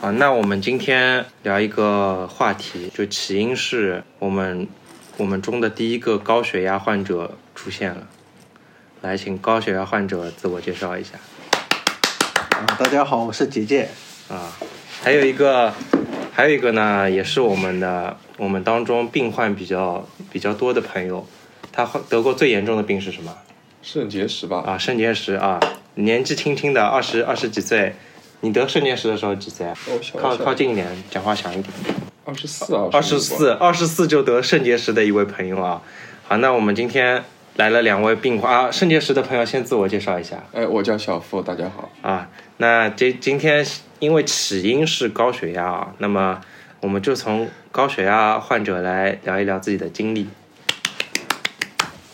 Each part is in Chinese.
好，啊那我们今天聊一个话题，就起因是我们我们中的第一个高血压患者出现了。来，请高血压患者自我介绍一下。啊，大家好，我是杰杰。啊，还有一个，还有一个呢，也是我们的我们当中病患比较比较多的朋友，他患得过最严重的病是什么？肾结石吧，啊，肾结石啊，年纪轻轻的，二十二十几岁，你得肾结石的时候几岁啊？我想一靠下靠近一点，讲话响一点。二十四啊，二十四，二十四就得肾结石的一位朋友啊。好，那我们今天来了两位病患啊，肾结石的朋友先自我介绍一下哎，我叫小付，大家好。啊。那今今天因为起因是高血压啊，那么我们就从高血压患者来聊一聊自己的经历。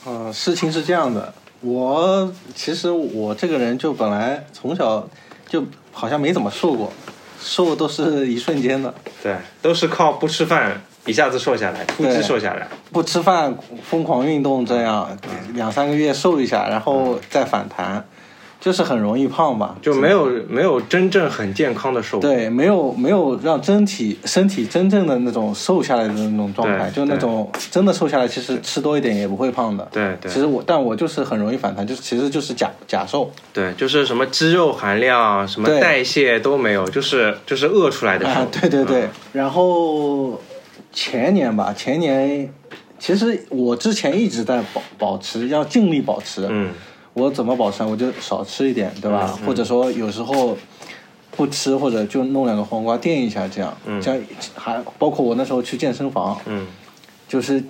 呃，事情是这样的，我其实我这个人就本来从小就好像没怎么瘦过，瘦都是一瞬间的，对，都是靠不吃饭一下子瘦下来，突击对瘦下来。不吃饭疯狂运动这样两三个月瘦一下，然后再反弹，就是很容易胖吧。就没有没有真正很健康的瘦过。对，没有没有让真体身体真正的那种瘦下来的那种状态，对就那种真的瘦下来，其实吃多一点也不会胖的。对对其实我，但我就是很容易反弹，就是其实就是假假瘦，对，就是什么肌肉含量、什么对代谢都没有，就是就是饿出来的时候。 啊，对嗯对对。然后前年吧，前年其实我之前一直在保保持，要尽力保持。嗯，我怎么保持啊？我就少吃一点，对吧？或者说有时候不吃，或者就弄两个黄瓜垫一下，这样，这样还包括我那时候去健身房，嗯，就是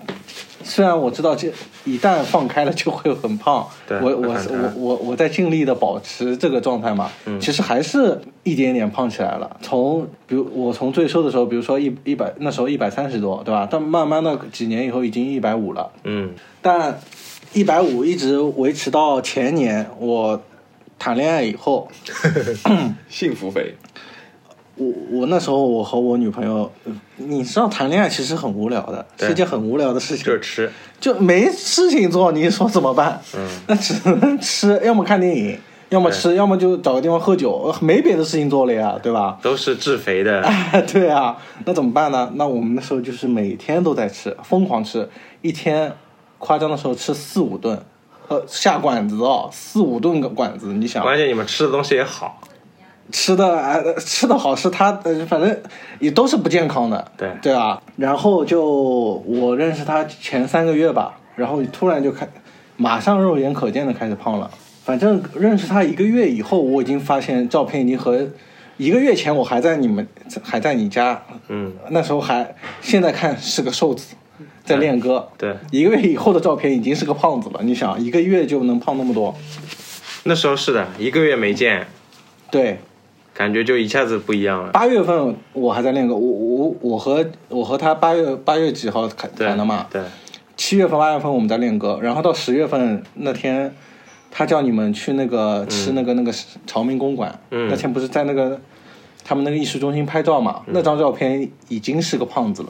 虽然我知道这一旦放开了就会很胖，对我会我反弹我我我在尽力的保持这个状态嘛，嗯其实还是一点点胖起来了。从比如我从最瘦的时候，比如说一一百那时候一百三十多，对吧？但慢慢的几年以后已经一百五了，嗯但一百五一直维持到前年我谈恋爱以后，幸福肥，我我那时候我和我女朋友，嗯你知道谈恋爱其实很无聊的，对是一件很无聊的事情，就是吃。就没事情做，你说怎么办？嗯，那只能吃， 要么看电影，要么吃，要么就找个地方喝酒，没别的事情做了呀，对吧？ 都是致肥的，对啊，那怎么办呢？那我们那时候就是每天都在吃，疯狂吃，一天夸张的时候吃四五顿，呃，下馆子哦，四五顿个馆子，你想关键你们吃的东西也好，吃的呃吃的好是他呃反正也都是不健康的，对对啊。然后就我认识他前三个月吧，然后突然就开，马上肉眼可见的开始胖了。反正认识他一个月以后，我已经发现照片已经和一个月前我还在你们还在你家，嗯，那时候还现在看是个瘦子，在练歌。对一个月以后的照片已经是个胖子了。你想，一个月就能胖那么多？那时候是的，一个月没见，对，感觉就一下子不一样了。八月份我还在练歌，我我我和我和他八月八月几号谈对谈的嘛？对，七月份、八月份我们在练歌，然后到十月份那天，他叫你们去那个吃那个、那个朝明公馆，嗯那天不是在那个他们那个艺术中心拍照嘛？嗯那张照片已经是个胖子了，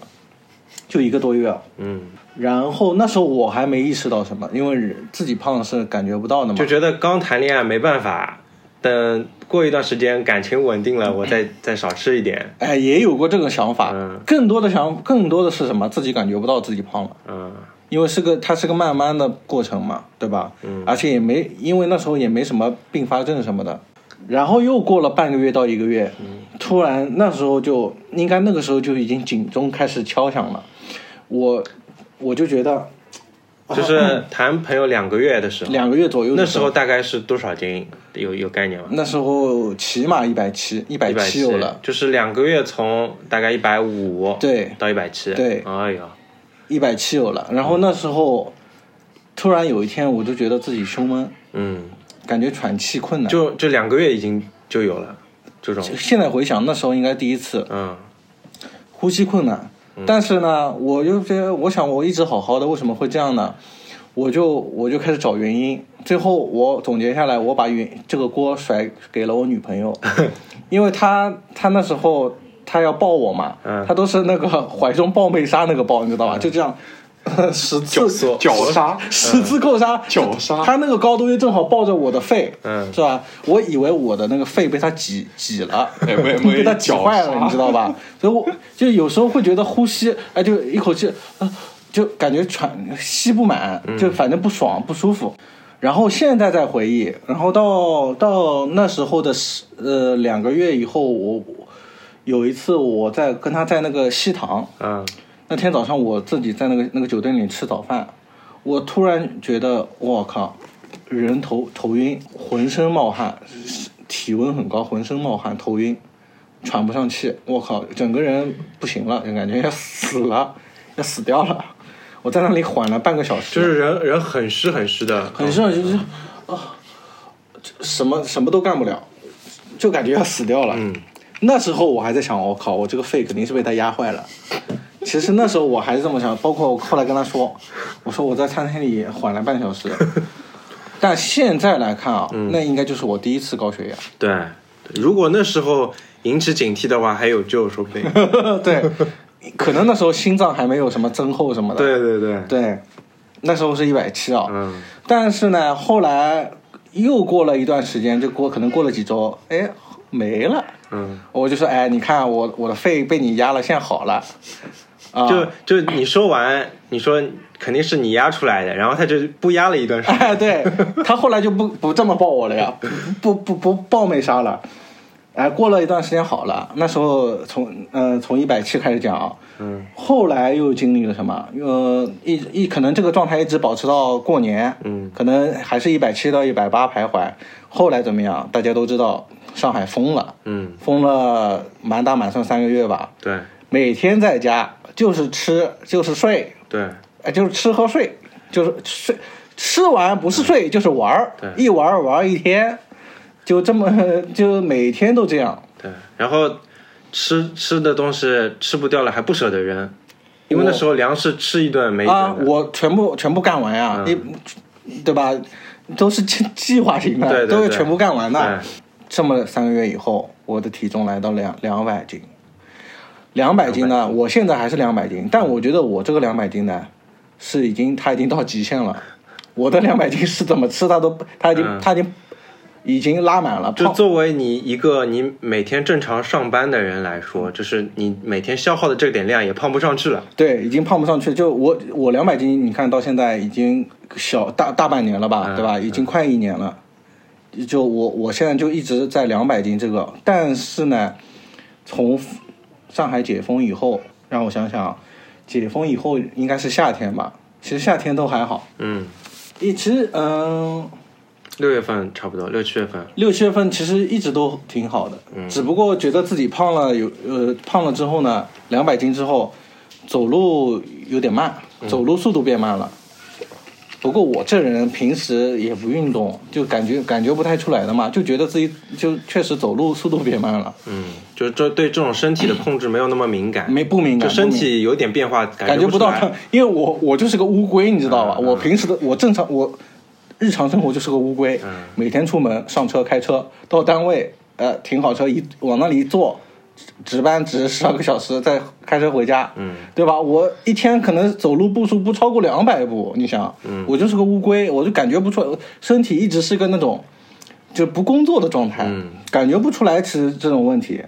就一个多月。嗯，然后那时候我还没意识到什么，因为人自己胖是感觉不到的嘛就。觉得刚谈恋爱没办法，等过一段时间感情稳定嗯了，我再再少吃一点。哎，也有过这个想法，嗯更多的想，更多的是什么？自己感觉不到自己胖了。嗯因为是个它是个慢慢的过程嘛，对吧？嗯，而且也没因为那时候也没什么并发症什么的，然后又过了半个月到一个月，突然那时候就应该那个时候就已经警钟开始敲响了，我我就觉得就是谈朋友两个月的时候，哦两个月左右的那时候大概是多少斤？有有概念吗？那时候起码一百七一百一百七有了，就是两个月从大概一百五对到一百七，对哎呀，一百七有了，然后那时候突然有一天我就觉得自己胸闷，嗯，感觉喘气困难，就就两个月已经就有了这种，现在回想那时候应该第一次，嗯呼吸困难。但是呢，我就觉得，我想我一直好好的，为什么会这样呢？我就我就开始找原因，最后我总结下来，我把原这个锅甩给了我女朋友，因为她她那时候她要抱我嘛，她都是那个怀中抱妹杀那个抱，你知道吧？就这样 十绞次绞杀，十次扣杀，嗯绞杀他那个高度又正好抱着我的肺，嗯是吧？我以为我的那个肺被他挤挤了，哎没没 被他挤绞坏了，杀你知道吧？所以我就有时候会觉得呼吸，哎，就一口气，啊就感觉喘吸不满，嗯就反正不爽不舒服。然后现在在回忆，然后到到那时候的十呃两个月以后，我有一次我在跟他在那个西塘，嗯那天早上我自己在那个那个酒店里吃早饭，我突然觉得我靠，人头头晕，浑身冒汗，体温很高，浑身冒汗，头晕，喘不上气，我靠，整个人不行了，就感觉要死了，要死掉了。我在那里缓了半个小时，就是人人很湿很湿的，很热，就是啊，这什么什么都干不了，就感觉要死掉了。嗯，那时候我还在想，我、靠，我这个肺肯定是被他压坏了。其实那时候我还是这么想，包括我后来跟他说，我说我在餐厅里缓了半小时。但现在来看啊，那应该就是我第一次高血压。 对。如果那时候引起警惕的话，还有救，说不 定。对，可能那时候心脏还没有什么增厚什么的。对对对，对，那时候是一百七啊。嗯但是呢，后来又过了一段时间，就过可能过了几周，哎，没了。嗯，我就说，哎，你看我我的肺被你压了，现在好了。啊，就就你说完，你说肯定是你压出来的，然后他就不压了一段时间。哎，对他后来就不不这么抱我了呀，嗯不不不抱妹杀了。哎，过了一段时间好了，那时候从呃从一百七开始讲啊，嗯后来又经历了什么？呃，一一可能这个状态一直保持到过年，嗯，可能还是一百七到一百八徘徊。后来怎么样？大家都知道上海封了，嗯，封了满打满算三个月吧，对每天在家就是吃就是睡，对哎，就是吃和睡，就是睡，吃完不是睡就是玩儿对，一玩儿玩儿一天，就这么就每天都这样。对，然后吃吃的东西吃不掉了还不舍得扔，因为那时候粮食吃一顿没一啊，顿的。我全部全部干完呀，你、嗯对吧？都是计计划型的，对对对，都是全部干完的。对这么三个月以后，我的体重来到两两百斤。两百斤呢，我现在还是两百斤，但我觉得我这个两百斤呢，是已经它已经到极限了。我的两百斤是怎么吃它都它已经、嗯它已经已经拉满了，就胖作为你一个你每天正常上班的人来说，就是你每天消耗的这点量也胖不上去了。对，已经胖不上去。就我我两百斤，你看到现在已经小大大半年了吧，嗯对吧？已经快一年了。就我我现在就一直在两百斤这个，但是呢，从上海解封以后，让我想想啊，解封以后应该是夏天吧？其实夏天都还好。嗯，一其实嗯，六月份差不多，六七月份。六七月份其实一直都挺好的，嗯只不过觉得自己胖了有呃胖了之后呢，两百斤之后，走路有点慢，嗯走路速度变慢了。不过我这人平时也不运动，就感觉感觉不太出来的嘛，就觉得自己就确实走路速度变慢了，嗯，就这对这种身体的控制没有那么敏感，没不敏感，就身不敏体有点变化，感感觉不出不到来， 因为我我就是个乌龟，你知道吧？嗯嗯我平时的我正常我日常生活就是个乌龟，嗯每天出门上车开车到单位，呃，停好车一往那里一坐，值值班值十二个小时，再开车回家，嗯，对吧？我一天可能走路步数不超过两百步，你想，嗯，我就是个乌龟，我就感觉不出来，身体一直是个那种就不工作的状态，嗯感觉不出来其实这种问题。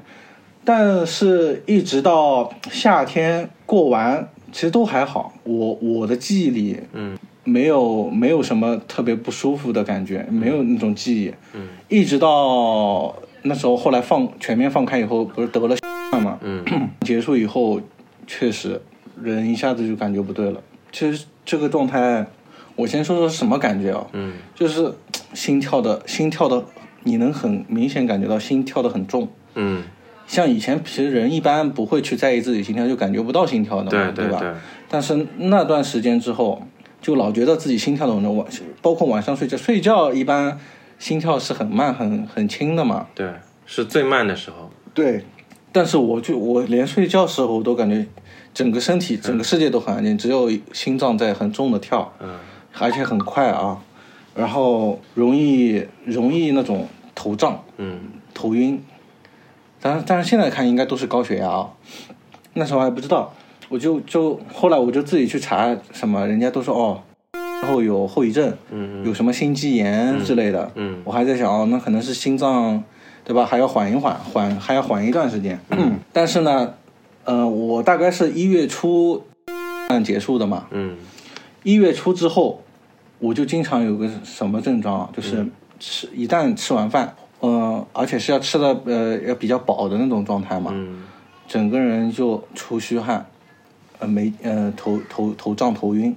但是，一直到夏天过完，其实都还好。我我的记忆里，嗯，没有没有什么特别不舒服的感觉，没有那种记忆。嗯，一直到那时候，后来放全面放开以后，不是得了嘛，嗯结束以后，确实人一下子就感觉不对了。其实这个状态，我先说说是什么感觉啊？嗯，就是心跳的心跳的，你能很明显感觉到心跳的很重。嗯，像以前其实人一般不会去在意自己心跳，就感觉不到心跳的嘛，对对吧？对，但是那段时间之后，就老觉得自己心跳的很重，晚包括晚上睡觉，睡觉一般心跳是很慢、很很轻的嘛。对，是最慢的时候，对，但是我就我连睡觉时候都感觉整个身体、整个世界都很安静，只有心脏在很重的跳，嗯而且很快啊，然后容易容易那种头胀，嗯头晕，但但是现在看应该都是高血压啊，那时候还不知道。我就就后来我就自己去查什么，人家都说哦，然后有后遗症，嗯有什么心肌炎之类的，嗯我还在想哦，那可能是心脏，对吧？还要缓一缓，缓还要缓一段时间。嗯，但是呢，呃，我大概是一月初嗯结束的嘛，嗯一月初之后，我就经常有个什么症状啊，嗯就是吃、一旦吃完饭，呃，而且是要吃的呃要比较饱的那种状态嘛，嗯整个人就出虚汗，呃没呃头头头胀头晕，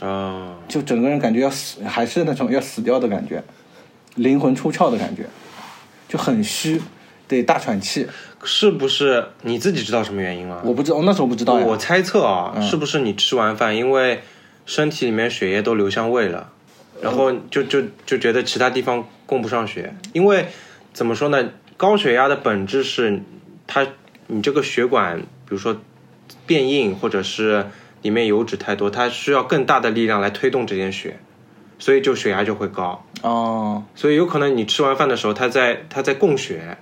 啊就整个人感觉要死，还是那种要死掉的感觉，灵魂出窍的感觉，就很虚，得大喘气。是不是你自己知道什么原因吗？我不知道，哦那时候不知道哎呀。我猜测啊，是不是你吃完饭，因为身体里面血液都流向胃了，然后就就就觉得其他地方供不上血，因为怎么说呢，高血压的本质是它你这个血管，比如说变硬或者是里面油脂太多，它需要更大的力量来推动这件血，所以就血压就会高。哦，所以有可能你吃完饭的时候，它在它在供血，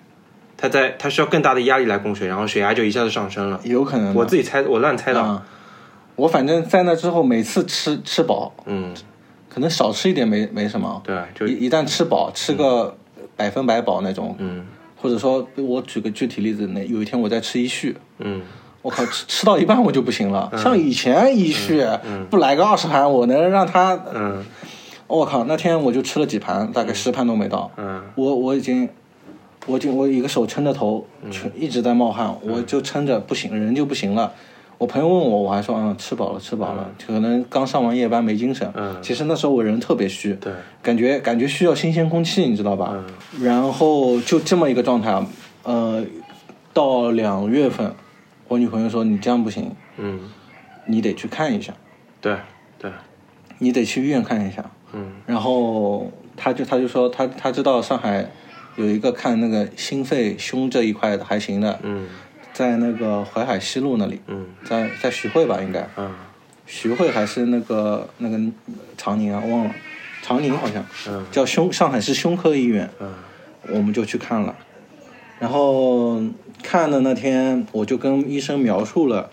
它在它需要更大的压力来供血，然后血压就一下子上升了。有可能的。我自己猜，我乱猜的。啊我反正在那之后，每次吃吃饱，嗯，可能少吃一点没没什么。对，就一一旦吃饱，吃个百分百饱那种，嗯或者说，我举个具体例子，那有一天我在吃一旭，嗯我靠，吃吃到一半我就不行了。像以前一旭、不来个二十盘，我能让他嗯我靠，那天我就吃了几盘，大概十盘都没到。嗯我我已经，我已经我一个手撑着头，嗯全一直在冒汗，我就撑着不行，人就不行了。我朋友问我，我还说嗯，吃饱了，吃饱了，可能刚上完夜班没精神。嗯其实那时候我人特别虚，对，感觉感觉需要新鲜空气，你知道吧？嗯然后就这么一个状态，呃，到两月份，我女朋友说你这样不行，嗯，你得去看一下，对对，你得去医院看一下。嗯然后他就他就说他他知道上海有一个看那个心肺胸这一块的还行的，嗯在那个淮海西路那里，嗯在在徐汇吧，应该嗯徐汇还是那个那个长宁啊，忘了，长宁好像嗯叫胸上海市胸科医院，嗯我们就去看了。然后看的那天，我就跟医生描述了，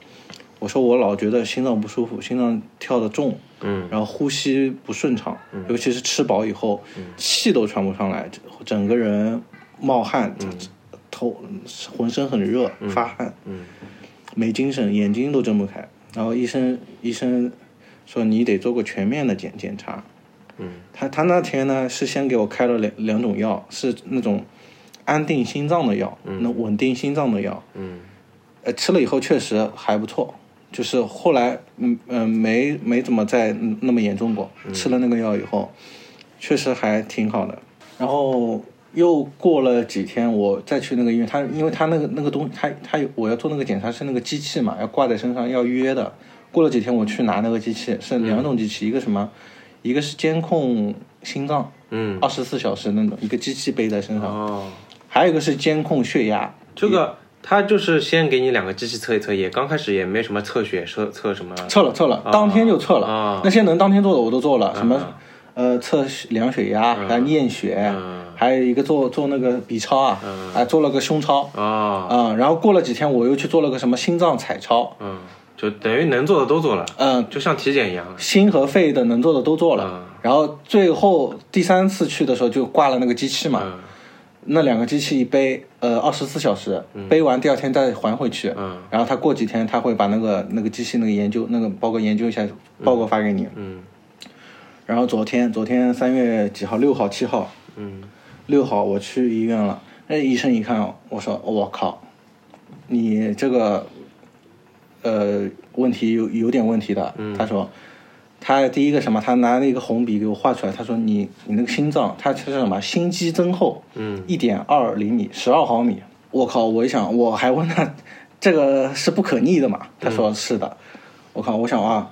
我说我老觉得心脏不舒服，心脏跳的重，嗯然后呼吸不顺畅，尤其是吃饱以后，嗯气都喘不上来，整整个人冒汗，头浑身很热，发汗，嗯没精神，眼睛都睁不开。然后医生医生说你得做个全面的检检查。嗯他他那天呢是先给我开了两两种药，是那种安定心脏的药，那稳定心脏的药。嗯呃，吃了以后确实还不错，就是后来嗯嗯、呃没没怎么再嗯那么严重过，吃了那个药以后，确实还挺好的。然后又过了几天，我再去那个医院，他因为他那个那个东西，他他有我要做那个检查是那个机器嘛，要挂在身上要预约的。过了几天我去拿那个机器，是两种机器，一个什么，一个是监控心脏，嗯二十四小时那种一个机器背在身上，哦，还有一个是监控血压。这个。他就是先给你两个机器测一测，也刚开始也没什么测血、测测什么，测了测了，当天就测了。啊那些能当天做的我都做了，什么呃测血量血压，还有验血，嗯还有一个做做那个 B 超啊，还做了个胸超哦，啊。然后过了几天，我又去做了个什么心脏彩超，嗯，就等于能做的都做了，嗯，就像体检一样，心和肺的能做的都做了。然后最后第三次去的时候就挂了那个机器嘛，嗯那两个机器一背，呃，二十四小时、背完，第二天再还回去。嗯然后他过几天他会把那个那个机器那个研究那个报告研究一下，报告发给你。嗯然后昨天，昨天三月几号？六号、七号？嗯六号我去医院了。那医生一看，我说我靠，你这个呃问题有有点问题的。嗯他说，他第一个什么？他拿了一个红笔给我画出来。他说你你那个心脏，它是什么？心肌增厚，嗯一点二厘米，十二毫米。我靠！我一想，我还问他这个是不可逆的嘛？他说是的。我靠！我想啊，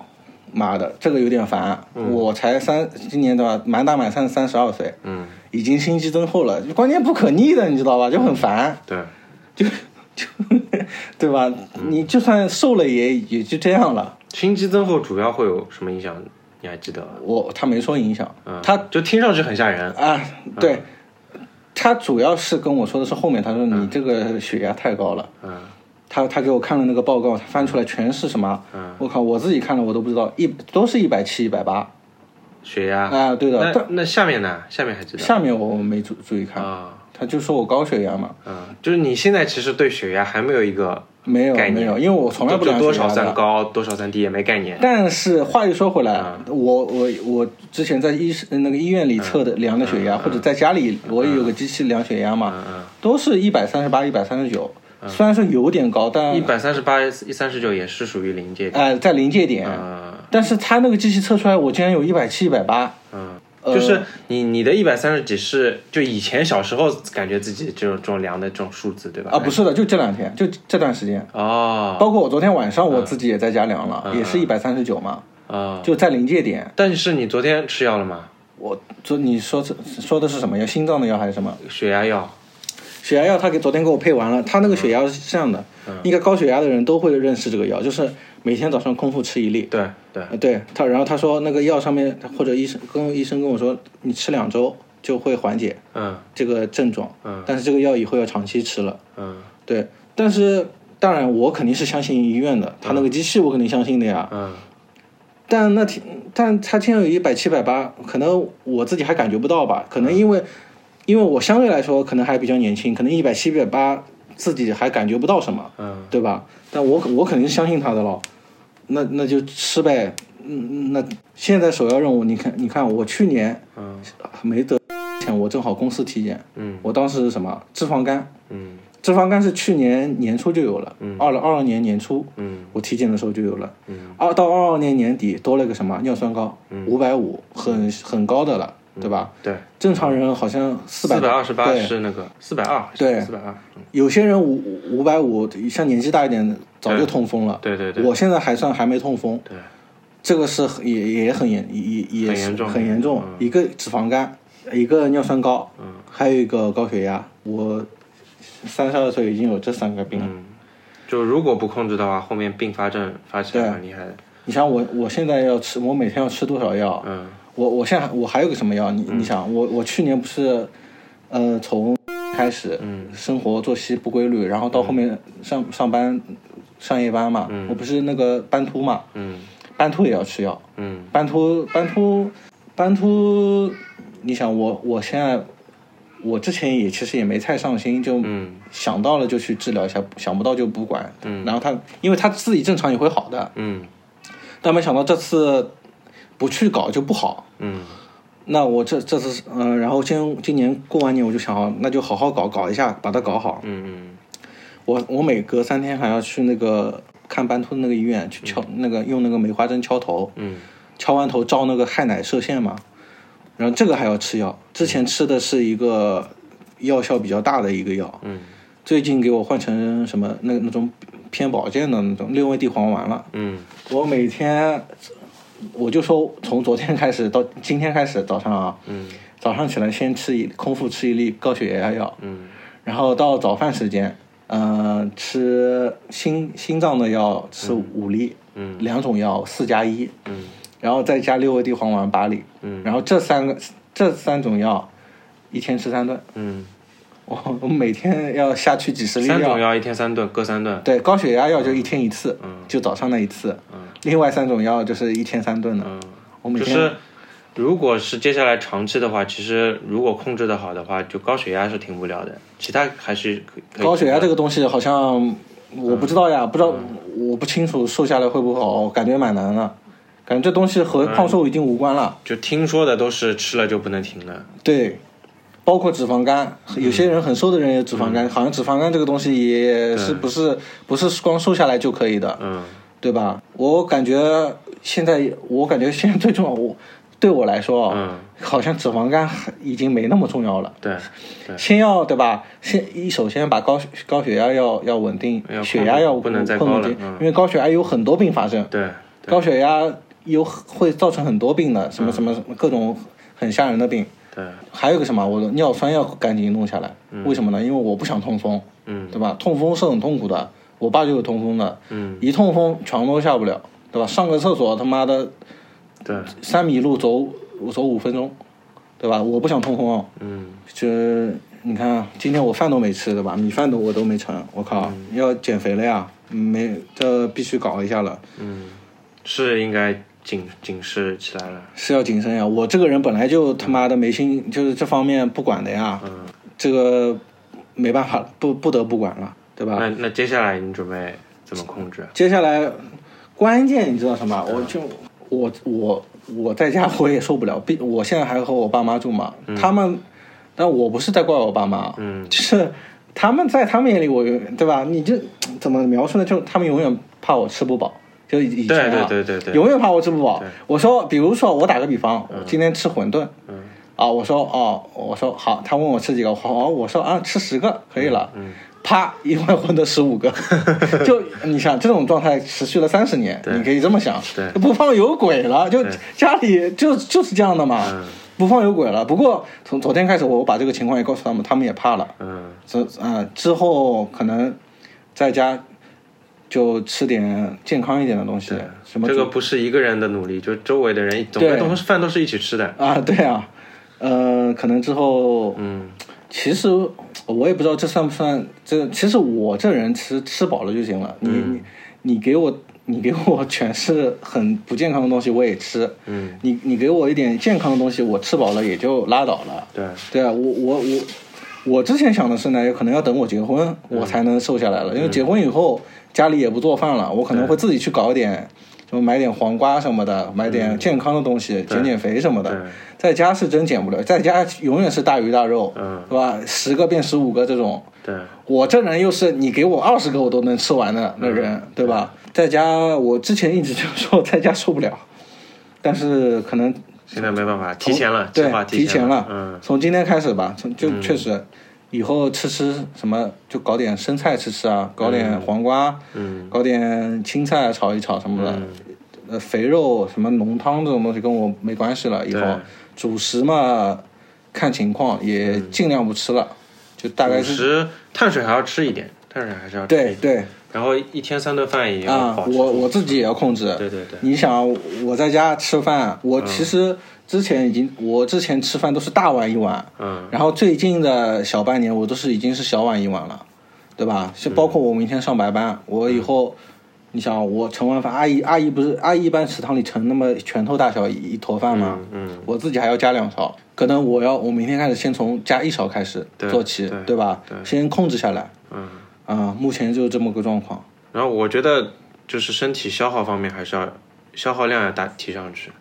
妈的，这个有点烦。啊我才三，今年对吧？满打满算三十二岁，嗯，已经心肌增厚了，关键不可逆的，你知道吧？就很烦，对，就就 对吧？你就算瘦了也也就这样了。心肌增厚主要会有什么影响？你还记得吧？我他没说影响，嗯，他就听上去很吓人。啊，对，他主要是跟我说的是后面，他说你这个血压太高了。嗯他他他给我看了那个报告，他翻出来全是什么？我靠，我自己看了我都不知道，一都是一百七、一百八。血压啊对的但那那下面呢？下面还知道下面我没注注意看，啊他就说我高血压嘛，啊，就是你现在其实对血压还没有一个没有概念没有，因为我从来不就量就血压多的少算高，多少算低也没概念。但是话又说回来，啊嗯我我我之前在医生那个医院里测的量的血嗯压，或者在家里我也有个机器量血压嘛，都是一百三十八、一百三十九，虽然说有点高，但嗯一百三十八、一三十九也是属于临界点。呃在临界点，啊但是他那个机器测出来，我竟然有一百七、一百八，嗯，呃就是你你的一百三十几是就以前小时候感觉自己这种这种量的这种数字对吧？啊，不是的，就这两天，就这段时间，哦包括我昨天晚上我自己也在家量了，嗯也是一百三十九嘛，哦，就在临界点。但是你昨天吃药了吗？我昨你说这说的是什么药？心脏的药还是什么？血压药血压药他给昨天给我配完了，他那个血压是这样的，应该高血压的人都会认识这个药，就是每天早上空腹吃一粒。对对呃对他，然后他说那个药上面或者医生跟医生跟我说，你吃两周就会缓解嗯这个症状，但是这个药以后要长期吃了。嗯对，但是当然我肯定是相信医院的，他那个机器我肯定相信的呀。嗯但那天，但他竟然有一百七百八，可能我自己还感觉不到吧？可能因为，因为我相对来说可能还比较年轻，可能一百七百八自己还感觉不到什么，嗯对吧？但我我肯定是相信他的咯，那那就吃呗。嗯，嗯那现在首要任务，你看，你看我去年嗯没得前，我正好公司体检，嗯我当时是什么脂肪肝，嗯脂肪肝是去年年初就有了，二零二二年年初，嗯我体检的时候就有了，二到二二年年底多了个什么尿酸高，五百五，很很高的了，对嗯吧？对，正常人好像四四百二十八对，是那个四百二，对四百二，有些人五五百五，像年纪大一点的早就痛风了，对对对我现在还算还没痛风，对，这个是很也也很严，也也也很是严重嗯很严重，一个脂肪肝，一个尿酸高，还有一个高血压，我三十二岁已经有这三个病了。就如果不控制的话，后面并发症发起来对蛮厉害的。你想我，我现在要吃，我每天要吃多少药？嗯我我现在还我还有个什么药？你、你想，我我去年不是，呃，从开始，嗯生活作息不规律，然后到后面上、上班上夜班嘛，我不是那个斑秃嘛，嗯斑秃也要吃药，嗯斑秃斑秃斑秃，你想我我现在我之前也其实也没太上心，就嗯想到了就去治疗一下，想不到就不管，然后他因为他自己正常也会好的，嗯但没想到这次不去搞就不好。嗯那我这这次，嗯、然后今今年过完年我就想好，那就好好搞搞一下，把它搞好。嗯我我每隔三天还要去那个看斑秃的那个医院去敲、那个用那个梅花针敲头，嗯敲完头照那个氦奶射线嘛，然后这个还要吃药。之前吃的是一个药效比较大的一个药，嗯最近给我换成什么那那种偏保健的那种六味地黄丸了。嗯我每天，我就说从昨天开始到今天开始早上啊，嗯早上起来先吃一空腹吃一粒高血压药，嗯然后到早饭时间，呃，吃心心脏的药吃五粒，嗯两种药四加一，嗯然后再加六味地黄丸八粒，嗯然后这三个这三种药一天吃三顿，嗯，我我每天要下去几十粒三种药。药一天三顿，各三顿。对，高血压药就嗯一天一次，就早上那一次。另外三种药就是一天三顿的。嗯，我每就天是如果是接下来长期的话，其实如果控制的好的话，就高血压是停不了的，其他还是可以可以嗯高血压这个东西好像我不知道呀，不知道我不清楚瘦下来会不会好，感觉蛮难的。感觉这东西和胖瘦已经无关了，就听说的都是吃了就不能停了。对，包括脂肪肝，有些人很瘦的人也有脂肪嗯肝，好像脂肪肝这个东西也是不是不是光瘦下来就可以的，嗯对吧？我感觉现在我感觉现在最重要，我对我来说，啊嗯，好像脂肪肝已经没那么重要了。对对，先要对吧？先一首先把高血高血压要要稳定要，控血压要不能再控高制了住嗯因为高血压有很多并发症，对嗯高血压有会造成很多病的，什么什么什么各种很吓人的病。对，还有个什么，我的尿酸要赶紧弄下来，为什么呢？因为我不想痛风，嗯对吧？痛风是很痛苦的，我爸就有痛风的，嗯一痛风床都下不了，对吧？上个厕所他妈的对，三米路走走五分钟，对吧？我不想痛风哦。嗯嗯这你看，今天我饭都没吃，对吧？米饭都我都没盛，我靠，要减肥了呀！没这必须搞一下了，是应该警警示起来了。是要谨慎呀。我这个人本来就他妈的没心，就是这方面不管的呀，嗯这个没办法了，不不得不管了，对吧？那那接下来你准备怎么控制？接下来关键你知道什嗯么？我就我我我在家我也受不了，毕我现在还和我爸妈住嘛，他们，但我不是在怪我爸妈，嗯，就是他们在他们眼里我永对吧？你这怎么描述呢？就他们永远怕我吃不饱，就以以前对啊，对对对对，永远怕我吃不饱。我说，比如说我打个比方，我今天吃馄饨，嗯啊，我说哦，我说好，他问我吃几个，好，我说啊，吃十个可以了，嗯啪，一碗馄饨 十五个，就你想这种状态持续了三十年，对你可以这么想，对不放有鬼了，就家里就就是这样的嘛，嗯不放有鬼了。不过从昨天开始，我把这个情况也告诉他们，他们也怕了，嗯之啊、之后可能在家就吃点健康一点的东西，什么这个不是一个人的努力，就周围的人总归对都是饭都是一起吃的。啊，对啊，呃，可能之后，嗯，其实我也不知道这算不算这，其实我这人吃吃饱了就行了。你、嗯你你给我你给我全是很不健康的东西，我也吃。嗯，你你给我一点健康的东西，我吃饱了也就拉倒了。对，对啊，我我我我之前想的是呢，有可能要等我结婚，嗯我才能瘦下来了。因为结婚以后家里也不做饭了，我可能会自己去搞一点，什么买点黄瓜什么的，买点健康的东西，减减肥什么嗯对的。在家是真减不了，在家永远是大鱼大肉，嗯是吧？十个变十五个这种。对，我这人又是你给我二十个我都能吃完的那嗯人，对吧？在家我之前一直就说在家受不了，但是可能现在没办法，提前了，计对划，提前了。嗯，从今天开始吧，从就确实，以后吃吃什么就搞点生菜吃吃啊，搞点黄瓜，嗯，搞点青菜炒一炒什么的。呃，肥肉什么浓汤这种东西跟我没关系了。以后对主食嘛，看情况也尽量不吃了，就大概嗯主是食哎碳水还要吃一点，碳水还是要吃一对点。对然后一天三顿饭也要啊保，持。我我自己也要控制。对对嗯对，你想，我在家吃饭，我其实之前已经，我之前吃饭都是大碗一碗，嗯然后最近的小半年，我都是已经是小碗一碗了，对吧？嗯是包括我明天上白班，我以后，你想我盛完饭，阿姨阿姨不是阿姨一般食堂里盛那么拳头大小一一坨饭吗？嗯，我自己还要加两勺，可能我要我明天开始先从加一勺开始对做起，对吧？对先控制下来，嗯，啊、目前就是这么个状况。然后我觉得就是身体消耗方面还是要消耗量要大提上去。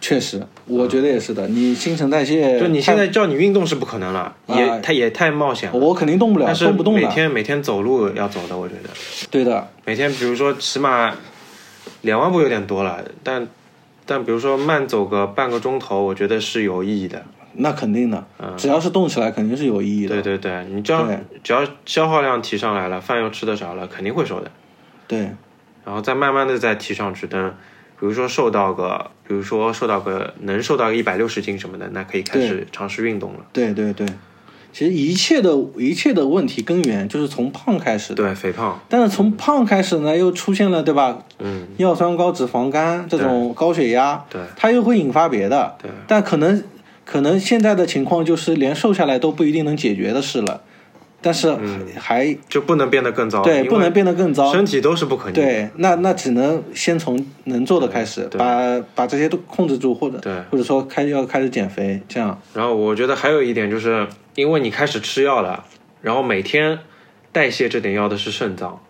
确实，我觉得也是的。你新陈代谢，啊就你现在叫你运动是不可能了，也啊太也太冒险了。我肯定动不了，但是动不动每的。天每天走路要走的，我觉得对的，每天比如说起码两万步有点多了，但但比如说慢走个半个钟头，我觉得是有意义的。那肯定的，嗯只要是动起来，肯定是有意义的。对对对，你只要对只要消耗量提上来了，饭又吃得少了，肯定会瘦的。对然后再慢慢的再提上去，等比如说瘦到个，比如说瘦到个能瘦到一百六十斤什么的，那可以开始尝试运动了。对对对，其实一切的一切的问题根源就是从胖开始的，对，肥胖，但是从胖开始呢，又出现了对吧？嗯，尿酸高、脂肪肝这种高血压，对它又会引发别的，对但可能可能现在的情况就是连瘦下来都不一定能解决的事了，但是还、就不能变得嗯更糟，对因为不能变得更糟，身体都是不可逆的。对，那那只能先从能做的开始，对把把这些都控制住，或者对或者说开要开始减肥，这样然后我觉得还有一点就是，因为你开始吃药了，然后每天代谢这点药的是肾脏，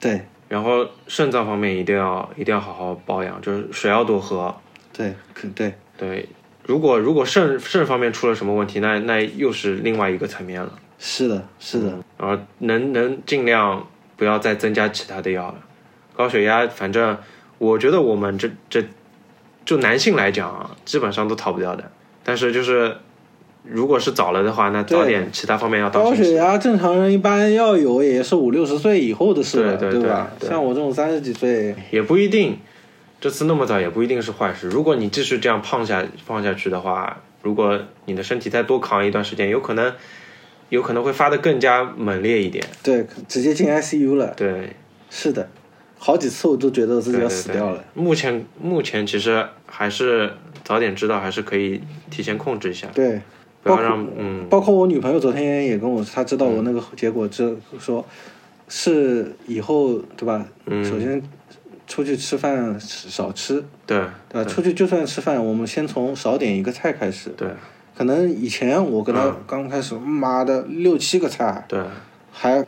对然后肾脏方面一定要一定要好好保养，就是水要多喝。对可对对，如果如果肾肾方面出了什么问题，那那又是另外一个层面了。是的是的，然后呃能能尽量不要再增加其他的药了。高血压，反正我觉得我们这这就男性来讲啊，基本上都逃不掉的。但是就是如果是早了的话，那早对点其他方面要当高心。血压正常人一般要有也是五六十岁以后的事了，对对吧？对对像我这种三十几岁，也不一定，这次那么早也不一定是坏事。如果你继续这样胖下胖下去的话，如果你的身体再多扛一段时间，有可能有可能会发的更加猛烈一点。对直接进 ICU 了，对，是的，好几次我都觉得自己要对死掉了。。对目前目前其实还是早点知道，还是可以提前控制一下，对，不要让嗯嗯包括我女朋友昨天也跟我，她知道我那个结果之后说，是以后对吧？嗯首先出去吃饭少吃，对对吧？出去就算吃饭，我们先从少点一个菜开始。对嗯可能以前我跟他刚开始，妈的六七个菜，对，还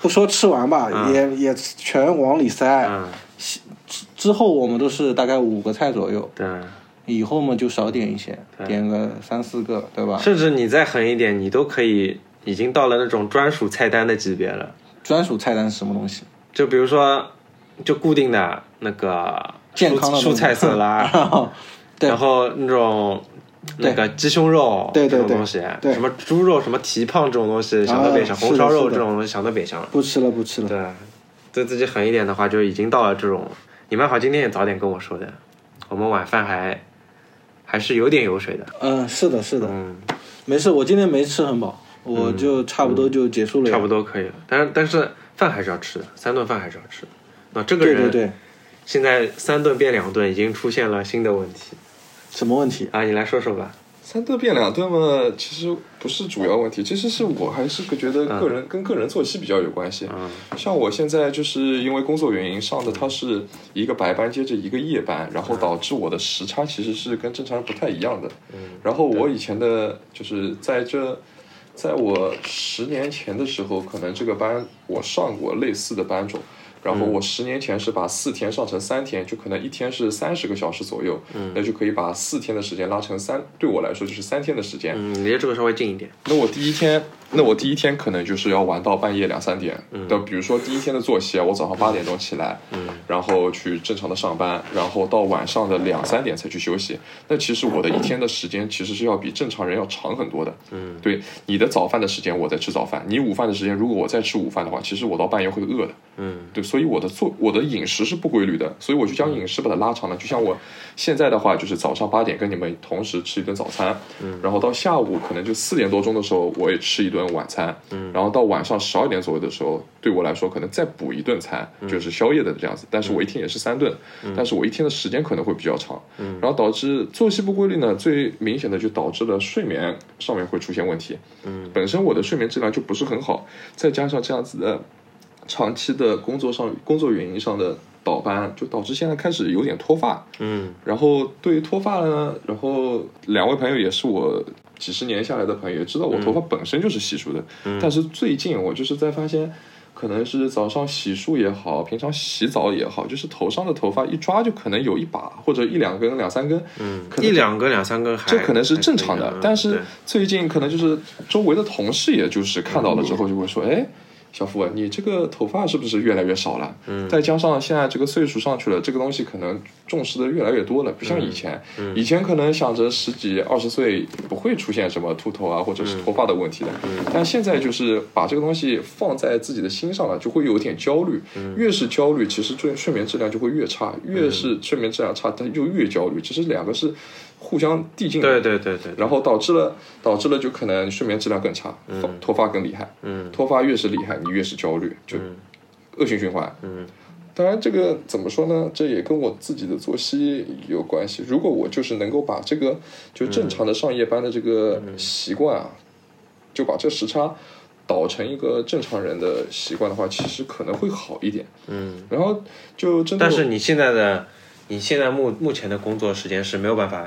不说吃完吧，也也全往里塞。嗯之后我们都是大概五个菜左右，对，以后嘛就少点一些，点个三四个，对吧？甚至你再狠一点，你都可以已经到了那种专属菜单的级别了。专属菜单是什么东西？就比如说，就固定的那个健康的蔬蔬菜色拉，拉， 对然后那种那个鸡胸肉对对这种对东西，对啊什么猪肉、什么蹄膀这种东西，想到北上；是的红烧是肉的这种东西想到北上了。不吃了不吃了。对，对自己狠一点的话，就已经到了这种。你蛮好，今天也早点跟我说的，我们晚饭还还是有点油水的。嗯，是的是的，嗯，没事，我今天没吃很饱，我就差不多就结束了呀。差不多可以了。但是但是饭还是要吃的，三顿饭还是要吃的。那嗯啊这个对人对对，现在三顿变两顿，已经出现了新的问题什么问题？啊！你来说说吧。三顿变两顿嘛，其实不是主要问题，其实是我还是个觉得个人、跟个人作息比较有关系。嗯像我现在就是因为工作原因上的，它是一个白班接着一个夜班，然嗯后导致我的时差其实是跟正常人不太一样的。嗯然后我以前的就是在这，在我十年前的时候，可能这个班我上过类似的班种。然后我十年前是把四天上成三天，就可能一天是三十个小时左右，那就可以把四天的时间拉成三，对我来说就是三天的时间。嗯，离这个稍微近一点。那我第一天，那我第一天可能就是要玩到半夜两三点。那、比如说第一天的作息啊，我早上八点钟起来，然后去正常的上班，然后到晚上的两三点才去休息。那其实我的一天的时间其实是要比正常人要长很多的。嗯，对，你的早饭的时间我在吃早饭，你午饭的时间如果我再吃午饭的话，其实我到半夜会饿的。嗯，对，所以我的做我的饮食是不规律的，所以我就将饮食把它拉长了。就像我现在的话，就是早上八点跟你们同时吃一顿早餐，嗯，然后到下午可能就四点多钟的时候，我也吃一顿晚餐，嗯，然后到晚上十二点左右的时候，对我来说可能再补一顿餐，就是宵夜的这样子。但是我一天也是三顿，但是我一天的时间可能会比较长，嗯，然后导致作息不规律呢，最明显的就导致了睡眠上面会出现问题，嗯，本身我的睡眠质量就不是很好，再加上这样子的。长期的工作上工作原因上的倒班，就导致现在开始有点脱发。嗯然后对于脱发呢，然后两位朋友也是我几十年下来的朋友，也知道我嗯头发本身就是稀疏的。但是最近我就是在发现，可能是早上洗漱也好，平常洗澡也好，就是头上的头发一抓就可能有一把或者一两根、两三根，嗯可，能一两根、两三根还这可能是正常还的可以。啊但对嗯是最近可能就是周围的同事，也就是看到了之后就会说，哎。小付啊，你这个头发是不是越来越少了？嗯，再加上现在这个岁数上去了，这个东西可能重视的越来越多了，不像以嗯前。以前可能想着十几、二十岁不会出现什么秃头啊，或者是嗯脱发的问题的。但现在就是把这个东西放在自己的心上了，就会有点焦虑。嗯越是焦虑，其实睡睡眠质量就会越差，越是睡眠质量差，它就越焦虑。其实两个是互相递进对的。对对对，然后导致了导致了就可能睡眠质量更差，脱脱发更厉害，嗯脱发越是厉害，你越是焦虑，就恶性循环。嗯当然，这个怎么说呢？这也跟我自己的作息有关系。如果我就是能够把这个就嗯正常的上夜班的这个习惯啊，就把这时差导成一个正常人的习惯的话，其实可能会好一点。嗯。然后就真的，但是你现在的你现在目目前的工作时间是没有办法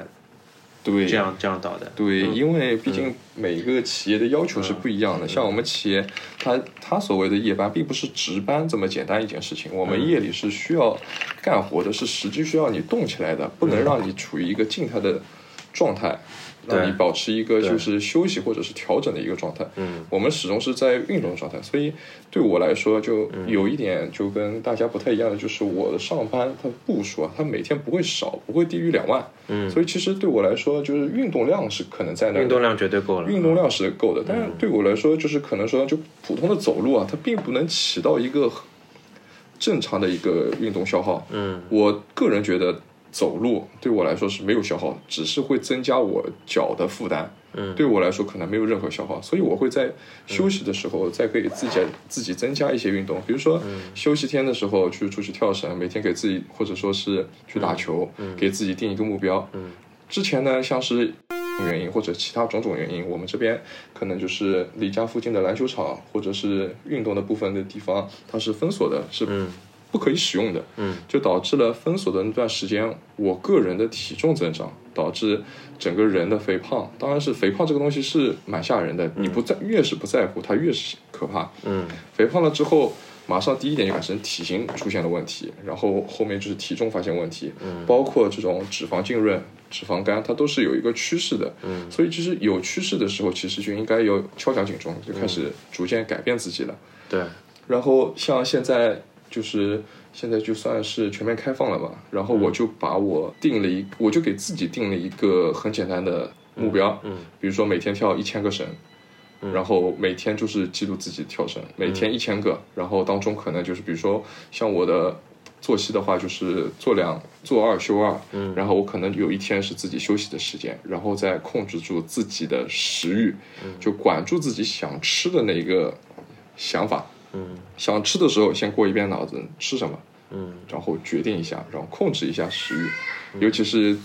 对这样这样倒的。嗯对，因为毕竟每个企业的要求是不一样的。像我们企业，它它所谓的夜班，并不是值班这么简单一件事情。嗯我们夜里是需要干活的，是实际需要你动起嗯来的，不能让你处于一个静态的状态，让你对保持一个就是休息或者是调整的一个状态。嗯我们始终是在运动状态，所以对我来说，就有一点就跟大家不太一样的，就是我的上班它步数啊，它每天不会少，不会低于两万。嗯，所以其实对我来说，就是运动量是可能在那儿的运动量绝对够了。运动量是够嗯的，但是对我来说，就是可能说就普通的走路啊，它并不能起到一个正常的一个运动消耗。嗯，我个人觉得走路对我来说是没有消耗，只是会增加我脚的负担。嗯对我来说可能没有任何消耗，所以我会在休息的时嗯候再给自己自己增加一些运动，比如说休息天的时候去出去跳绳，每天给自己嗯或者说是去打球，给自己定一个目标。之前呢，像是原嗯因或者其他种种原因，我们这边可能就是离家附近的篮球场或者是运动的部分的地方，它是封锁的，是不可以使用的。嗯，就导致了封锁的那段时间，我个人的体重增长，导致整个人的肥胖。当然是肥胖这个东西是蛮吓人的，你不在越是不在乎，它越是可怕。嗯肥胖了之后，马上第一点就产生体型出现了问题，然后后面就是体重发现问题，嗯包括这种脂肪浸润、脂肪肝，它都是有一个趋势的。嗯所以其实有趋势的时候，其实就应该有敲响警钟，就开始逐渐改变自己了。对，然后像现在就是现在就算是全面开放了吧，然后我就把我定了一，我就给自己定了一个很简单的目标，嗯比如说每天跳一千个绳，然后每天就是记录自己跳嗯绳，每天一千个，然后当中可能就是比如说像我的。作息的话，就是做两做二休二，嗯然后我可能有一天是自己休息的时间，然后再控制住自己的食欲，嗯就管住自己想吃的那一个想法，嗯想吃的时候先过一遍脑子吃什么，嗯然后决定一下，然后控制一下食欲，尤其是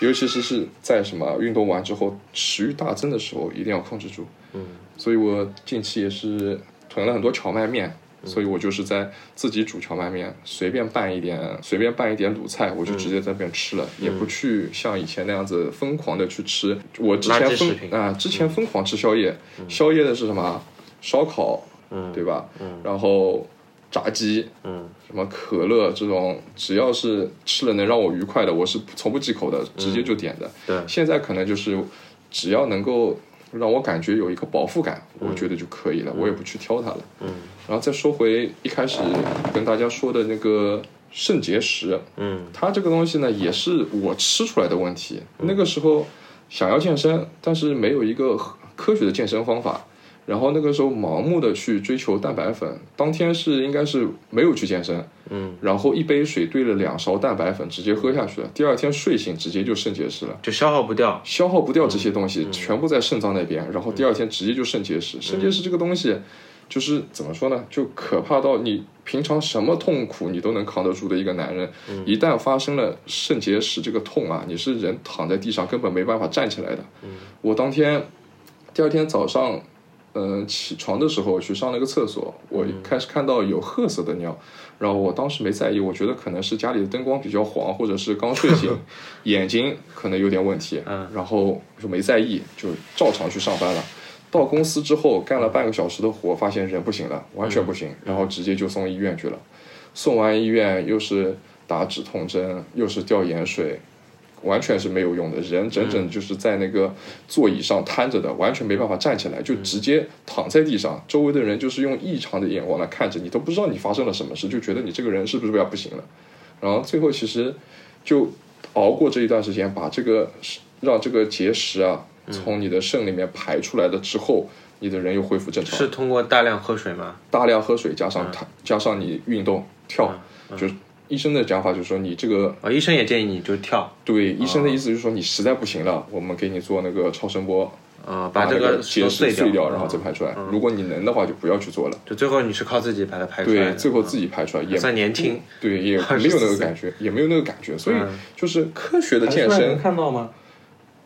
尤其是是在什么运动完之后食欲大增的时候，一定要控制住。嗯所以我近期也是囤了很多荞麦面。嗯所以我就是在自己煮荞麦面，随便拌一点，随便拌一点卤菜，嗯我就直接在那边吃了，也不去像以前那样子疯狂的去吃。我之前垃圾疯食品啊、之前疯狂吃宵夜，宵夜的是什么？烧烤，嗯对吧？嗯然后炸鸡，嗯什么可乐这种，只要是吃了能让我愉快的，我是从不忌口的，直接就点的。对现在可能就是，只要能够让我感觉有一个饱腹感，我觉得就可以了，我也不去挑它了。嗯然后再说回一开始跟大家说的那个肾结石，嗯它这个东西呢，也是我吃出来的问题。那个时候想要健身，但是没有一个合科学的健身方法。然后那个时候盲目的去追求蛋白粉，当天是应该是没有去健身，嗯，然后一杯水兑了两勺蛋白粉，直接喝下去了。第二天睡醒直接就肾结石了，就消耗不掉。消耗不掉这些东西，全部在肾脏那边，然后第二天直接就肾结石。肾结石这个东西，就是怎么说呢，就可怕到你平常什么痛苦你都能扛得住的一个男人，一旦发生了肾结石这个痛啊，你是人躺在地上根本没办法站起来的。我当天，第二天早上。嗯，起床的时候去上了个厕所，我一开始看到有褐色的尿，然后我当时没在意，我觉得可能是家里的灯光比较黄，或者是刚睡醒，眼睛可能有点问题，嗯然后就没在意，就照常去上班了。到公司之后干了半个小时的活，发现人不行了，完全不行，然后直接就送医院去了。送完医院又是打止痛针，又是吊盐水，完全是没有用的。人整整就是在那个座椅上瘫着的，完全没办法站起来，就直接躺在地上。周围的人就是用异常的眼光来看着你，都不知道你发生了什么事，就觉得你这个人是不是要不行了。然后最后其实就熬过这一段时间，把这个让这个结石啊从你的肾里面排出来了之后，你的人又恢复正常。是通过大量喝水吗？大量喝水，加嗯上它、加上你运动跳，就是医生的讲法就是说你这个哦，医生也建议你就跳，对医生的意思就是说你实在不行了，我们给你做那个超声波，呃，把嗯这那个结都石碎掉，然后再嗯排出来。如果你能的话，就不要去做了。就最后你是靠自己把它排出来的。嗯对，最后自己排出来 也还算年轻，对，也24没有那个感觉，也没有那个感觉。所以嗯就是科学的还是健让身人，看到吗？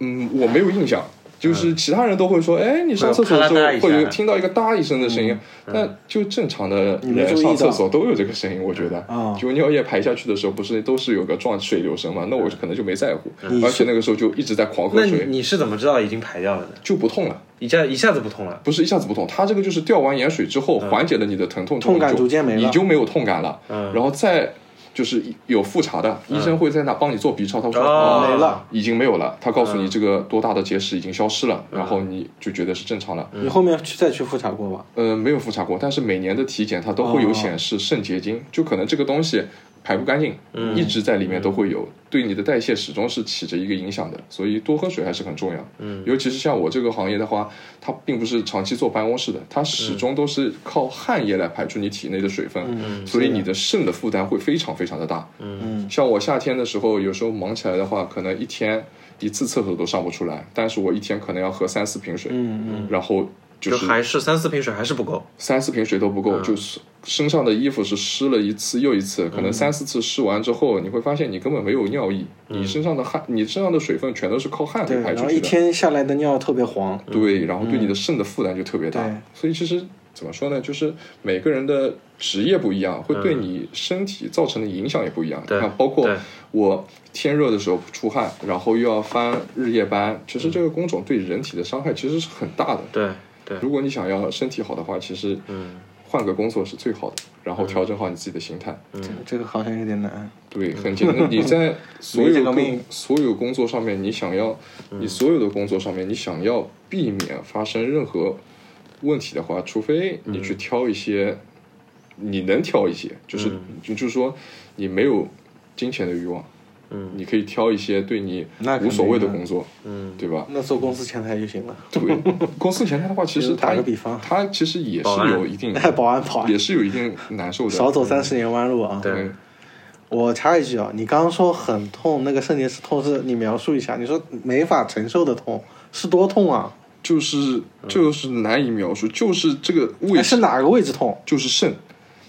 嗯，我没有印象，就是其他人都会说，哎，你上厕所的时会有啪啦嗒候一下会有听到一个哒一声的声音，那就正常的你没注人意上厕到所都有这个声音，我觉得啊，就尿液排下去的时候不是都是有个撞水流声嘛，那我可能就没在乎，你而且那个时候就一直在狂喝那你水，你是怎么知道已经排掉了的？就不痛了。一下一下子不痛了。不是一下子不痛，它这个就是吊完盐水之后缓解了你的疼痛之后，嗯痛感你就逐渐没了你就没有痛感了。嗯然后再就是有复查的，医生会在那帮你做 B 超，他说啊哦嗯没了，嗯已经没有了，他告诉你这个多大的结石已经消失了，然后你就觉得是正常了。嗯你后面去再去复查过吧？呃，没有复查过，但是每年的体检它都哦会有显示肾结晶，就可能这个东西排不干净，嗯一直在里面都会有，对你的代谢始终是起着一个影响的，所以多喝水还是很重要。嗯，尤其是像我这个行业的话，它并不是长期坐办公室的，它始终都是靠汗液来排出你体内的水分，嗯所以你的肾的负担会非常非常的大。嗯，像我夏天的时候，有时候忙起来的话，可能一天一次厕所都上不出来，但是我一天可能要喝三四瓶水，嗯然后就就是还是三四瓶水还是不够。三四瓶水都不嗯够，就是身上的衣服是湿了一次又一次，嗯可能三四次湿完之后，你会发现你根本没有尿意，嗯你身上的汗，你身上的水分全都是靠汗给对，排然出后一去的，天下来的尿特别黄，嗯对，然后对你的肾的负担就特别大。对所以其实怎么说呢，就是每个人的职业不一样，会对你身体造成的影响也不一样。嗯对你看，包括对我天热的时候出汗，然后又要翻日夜班，其嗯实这个工种对人体的伤害其实是很大的。对对，如果你想要身体好的话，其实嗯换个工作是最好的，然嗯后调整好你自己的心态。嗯这个好像有点难。对，很简 单。你在所理解有到命嗯工所有工作上面，你想要你所有的工作上面，你想要避免发生任何问题的话，除非你去挑一些、你能挑一些，就是、嗯就就是说你没有金钱的欲望，嗯，你可以挑一些对你那肯定啊无所谓的的工作，嗯，对吧？那做公司前台就行了。对， 公司前台的话，其实打它个比方哎它其实也保是安有一定，保安，保安 也，是有一定难受的。啊少走三十年弯路啊！对对我插一句啊，你刚刚说很痛，那个肾结石痛是你描述一下，你说没法承受的痛是多痛啊？就是就是难以描述，就是这个位嗯哎置是哪个位置痛？就是肾，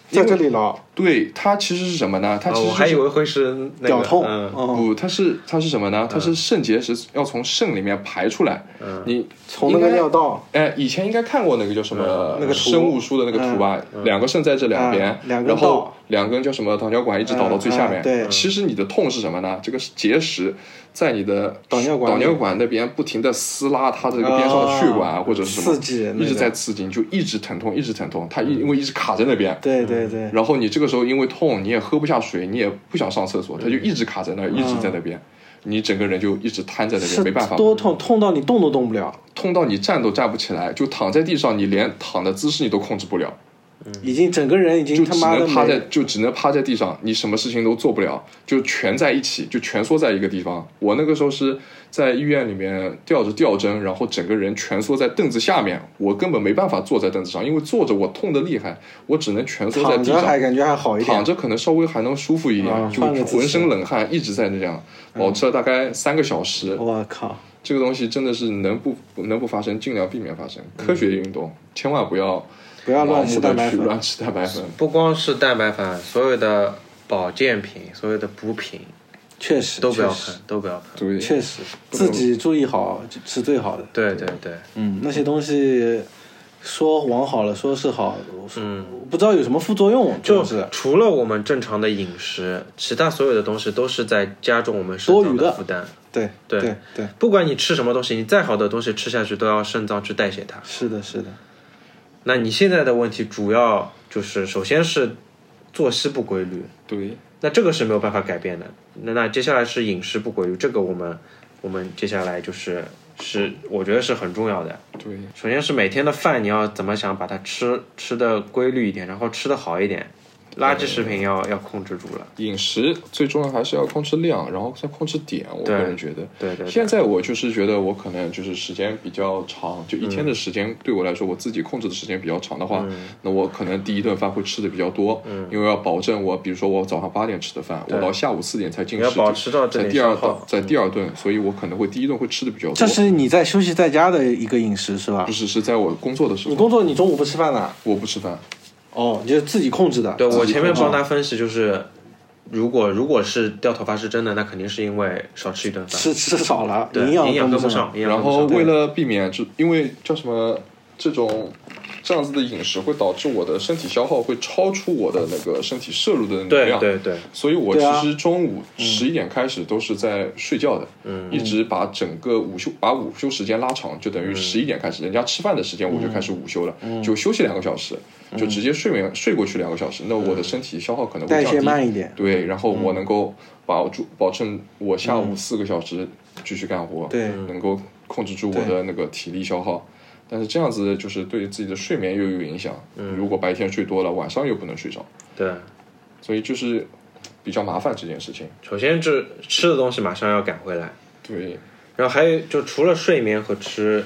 在这里了，对它其实是什么呢？它哦啊其实、我还以为会是那个屌痛。嗯嗯，不，它是它是什么呢？它是肾结石要从肾里面排出来，你嗯从那个应该尿道，哎，以前应该看过那个叫什么呃那个图生物书的那个图吧？两个肾在这两边，嗯两根然后道两根叫什么导尿管一直导到最下面。嗯嗯对其实你的痛是什么呢？这个结石在你的导尿管里那边不停的撕拉它的这个边上的血管啊哦或者是什么，刺激那一直个在刺激，你就一直疼痛，一直疼痛，它因为一直卡在那边。对对对，然后你这个时候因为痛，你也喝不下水，你也不想上厕所，它嗯就一直卡在那儿，一直在那边，你整个人就一直瘫在那边，是没办法。多痛，痛到你动都动不了，痛到你站都站不起来，就躺在地上，你连躺的姿势你都控制不了，嗯已经整个人已就经他只妈的能趴在没，就只能趴在地上，你什么事情都做不了，就蜷在一起，就蜷缩在一个地方。我那个时候是在医院里面吊着吊针，然后整个人蜷缩在凳子下面，我根本没办法坐在凳子上，因为坐着我痛的厉害，我只能蜷缩在躺地着上。还感觉还好一点躺。着可能稍微还能舒服一点，啊就换个姿势嗯浑身冷汗，一直在那样保持了大概三个小时。我靠，这个东西真的是能不能不发生，尽量避免发生。科学运动，千万不要不要乱盲吃目蛋的白去粉。乱吃蛋 白粉。不光是蛋白粉，所有的保健品、所有的补品确实，都不要确实碰，都不要碰。对，确实，自己注意好是最好的。对对对，嗯，那些东西说往好了说是好，嗯，不知道有什么副作用，就就是除了我们正常的饮食，其他所有的东西都是在加重我们肾多脏余的负担。对对对对，不管你吃什么东西，你再好的东西吃下去都要肾脏去代谢它。是的，是的，那你现在的问题主要就是，首先是作息不规律，对，那这个是没有办法改变的。那那接下来是饮食不规律，这个我们我们接下来就是是我觉得是很重要的。对，首先是每天的饭你要怎么想把它吃吃的规律一点，然后吃的好一点，垃圾食品要要控制住了。饮食最重要还是要控制量，然后再控制点。我个对人觉得，对对对现在我就是觉得我可能就是时间比较长，就一天的时间对我来说，我自己控制的时间比较长的话，嗯那我可能第一顿饭会吃的比较多，因为要保证我，比如说我早上八点吃的饭，我到下午四点才进你食，要保持到这在点第二消顿耗，在第二顿，所以我可能会第一顿会吃的比较这多，是你在休息在家的一个饮食是吧不？是是在我工作的时你候，工作你中午不吃饭的？我不吃饭，哦，你就自己控制的。对我自己前面控制帮他分析就是，如果如果是掉头发是真的，那肯定是因为少吃一顿饭，吃吃少了，对，养营养跟跟不不上，。营养然跟不后上为了避免就因为叫什么这种这样子的饮食会导致我的身体消耗会超出我的那个身体摄入的能对量，对对，所以我对啊其实中午十一点开始都是在睡觉的，嗯，一直把整个午休把午休时间拉长，就等于十一点开始，人家吃饭的时间我就开始午休了，就休息两个小时，就直接睡眠睡过去两个小时，那我的身体消耗可能会代降谢低，慢一点对，然后嗯我能够保住保证我下午四个小时继续干活，对能够控制住我的那个体力消耗。但是这样子就是对自己的睡眠又有影响，嗯如果白天睡多了，晚上又不能睡着。对，所以就是比较麻烦这件事情。首先这吃的东西马上要赶回来，对，然后还有就除了睡眠和吃，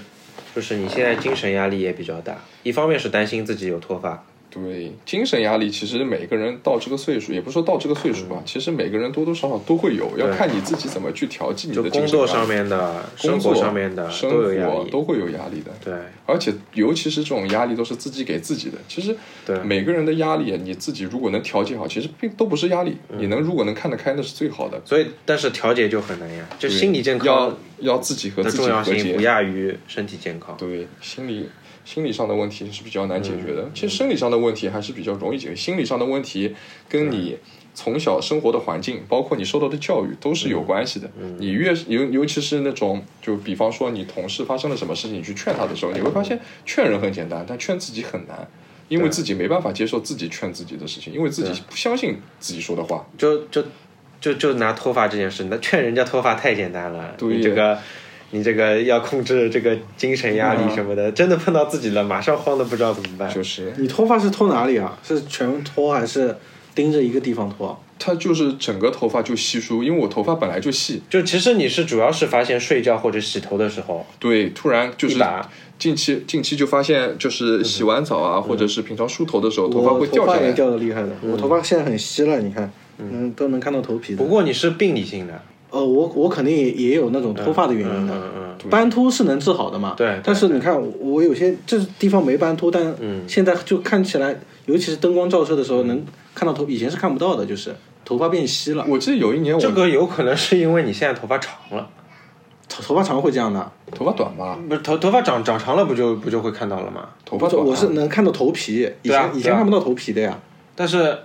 就是你现在精神压力也比较大，一方面是担心自己有脱发，对，精神压力其实每个人到这个岁数，也不是说到这个岁数嗯吧，其实每个人多多少少都会有，要看你自己怎么去调剂你就的工精神压作力。上面的、生工活作上面的生都有压活力，都会有压力的。对，而且尤其是这种压力都是自己给自己的。其实对每个人的压力，你自己如果能调节好，其实并都不是压力。你能如果能看得开，那是最好的。所以但是调节就很难呀，就对心理健康要要自己和的自己重要和性不解。亚于身体健康。对，心理心理上的问题是比较难解决的。其实生理上的问题还是比较容易解决。心理上的问题跟你。从小生活的环境，包括你受到的教育，都是有关系的。你越尤尤其是那种，就比方说你同事发生了什么事情，你去劝他的时候，你会发现劝人很简单，但劝自己很难，因为自己没办法接受自己劝自己的事情，因为自己不相信自己说的话。就就就就拿脱发这件事，那劝人家脱发太简单了。对你这个你这个要控制这个精神压力什么的，真的碰到自己了，马上慌的不知道怎么办。就是你脱发是脱哪里啊？是全脱还是盯着一个地方脱？它就是整个头发就稀疏，因为我头发本来就细，就其实你是主要是发现睡觉或者洗头的时候，对，突然就是一把嗯近期近期就发现，就是洗完澡啊，或者是平常梳头的时候，头发我会掉头下发也来。掉的厉害的，我头发现在很稀了，你看，嗯，都能看到头皮的不。过你是病理性的，呃，我我肯定也也有那种脱发的原因嗯的。嗯嗯，斑秃是能治好的嘛？对对但是你看，我有些这地方没斑秃，但嗯现在就看起来，尤其是灯光照射的时候，能看到头，以前是看不到的，就是头发变稀了。我记得有一年这我个有可能是因为你现在头发长了，头头发长会这样的，头发短吧，不是头头发长长长了不就不就会看到了吗？头发短啊，我是能看到头皮，以对前、啊以对前啊看不到头皮的呀。但是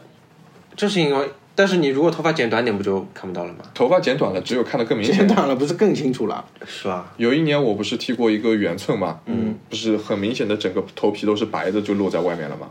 这是因为，但是你如果头发剪短点不就看不到了吗？头发剪短了，只有看得更明剪显。短了不是更清楚了？是吧？有一年我不是剃过一个圆寸嘛，嗯，不是很明显的整个头皮都是白的，就露在外面了嘛。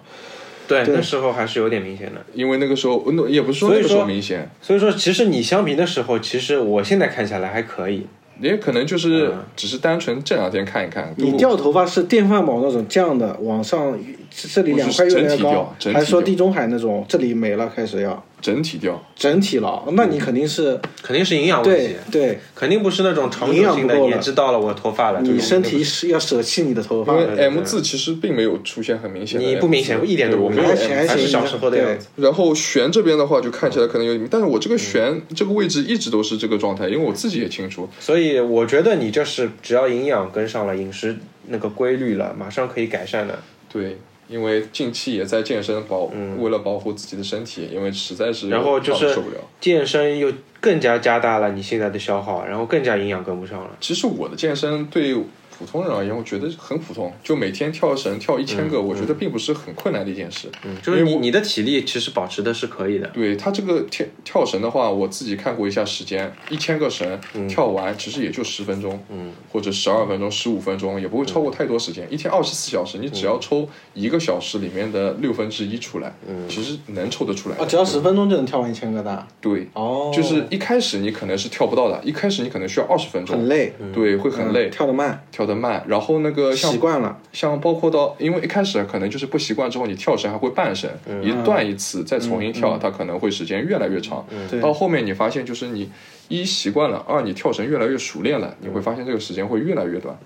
对，那时候还是有点明显的。因为那个时候，那也不是说所以那个时候说明显，所以说，其实你相比的时候，其实我现在看下来还可以。也可能就是嗯只是单纯这两天看一看。如你果掉头发是电饭煲那种这样的，往上这这里两块越来越不是整体高掉，整体还是说掉地中海那种这里没了开始要整体掉，整体了？那你肯定嗯是肯定是营养问对题，对，肯定不是那种长营久养性不的。够了也知道了，我脱发了，你这种身体是要舍弃你的头发因的。为 M 字其实并没有出现很明显的 M 你字，不明显，一点都不我明没有有还显，行 M 字还还是行小时候的对样子。然后旋这边的话，就看起来可能有点，但是我这个嗯旋这个位置一直都是这个状态，因为我自己也清楚。所以我觉得你就是只要营养跟上了，饮食那个规律了，马上可以改善的。对，因为近期也在健身保，为了保护自己的身体，因为实在是嗯然后就胖得是受不了。健身又更加加大了你现在的消耗，然后更加营养跟不上了。其实我的健身对普通人而言，我觉得很普通，就每天跳绳跳一千个，我觉得并不是很困难的一件事。嗯，就是你你的体力其实保持的是可以的。对他这个跳跳绳的话，我自己看过一下时间，一千个绳、嗯跳完其实也就十分钟，嗯，或者十二分钟、十五分钟，也不会超嗯过太多时间。一天二十四小时，你只要抽一个小时里面的六分之一出来，嗯，其实能抽得出来的。啊，只要十分钟就能跳完一千个的，对，哦，就是一开始你可能是跳不到的，一开始你可能需要二十分钟，很累，嗯对，会很累，跳得慢，跳得慢。然后那个像习惯了。像包括到，因为一开始可能就是不习惯，之后你跳绳还会半绳，嗯一段一次再重新跳，它可能会时间越来越长。嗯对到后面你发现就是你一习惯了，二你跳绳越来越熟练了，你嗯会发现这个时间会越来越短。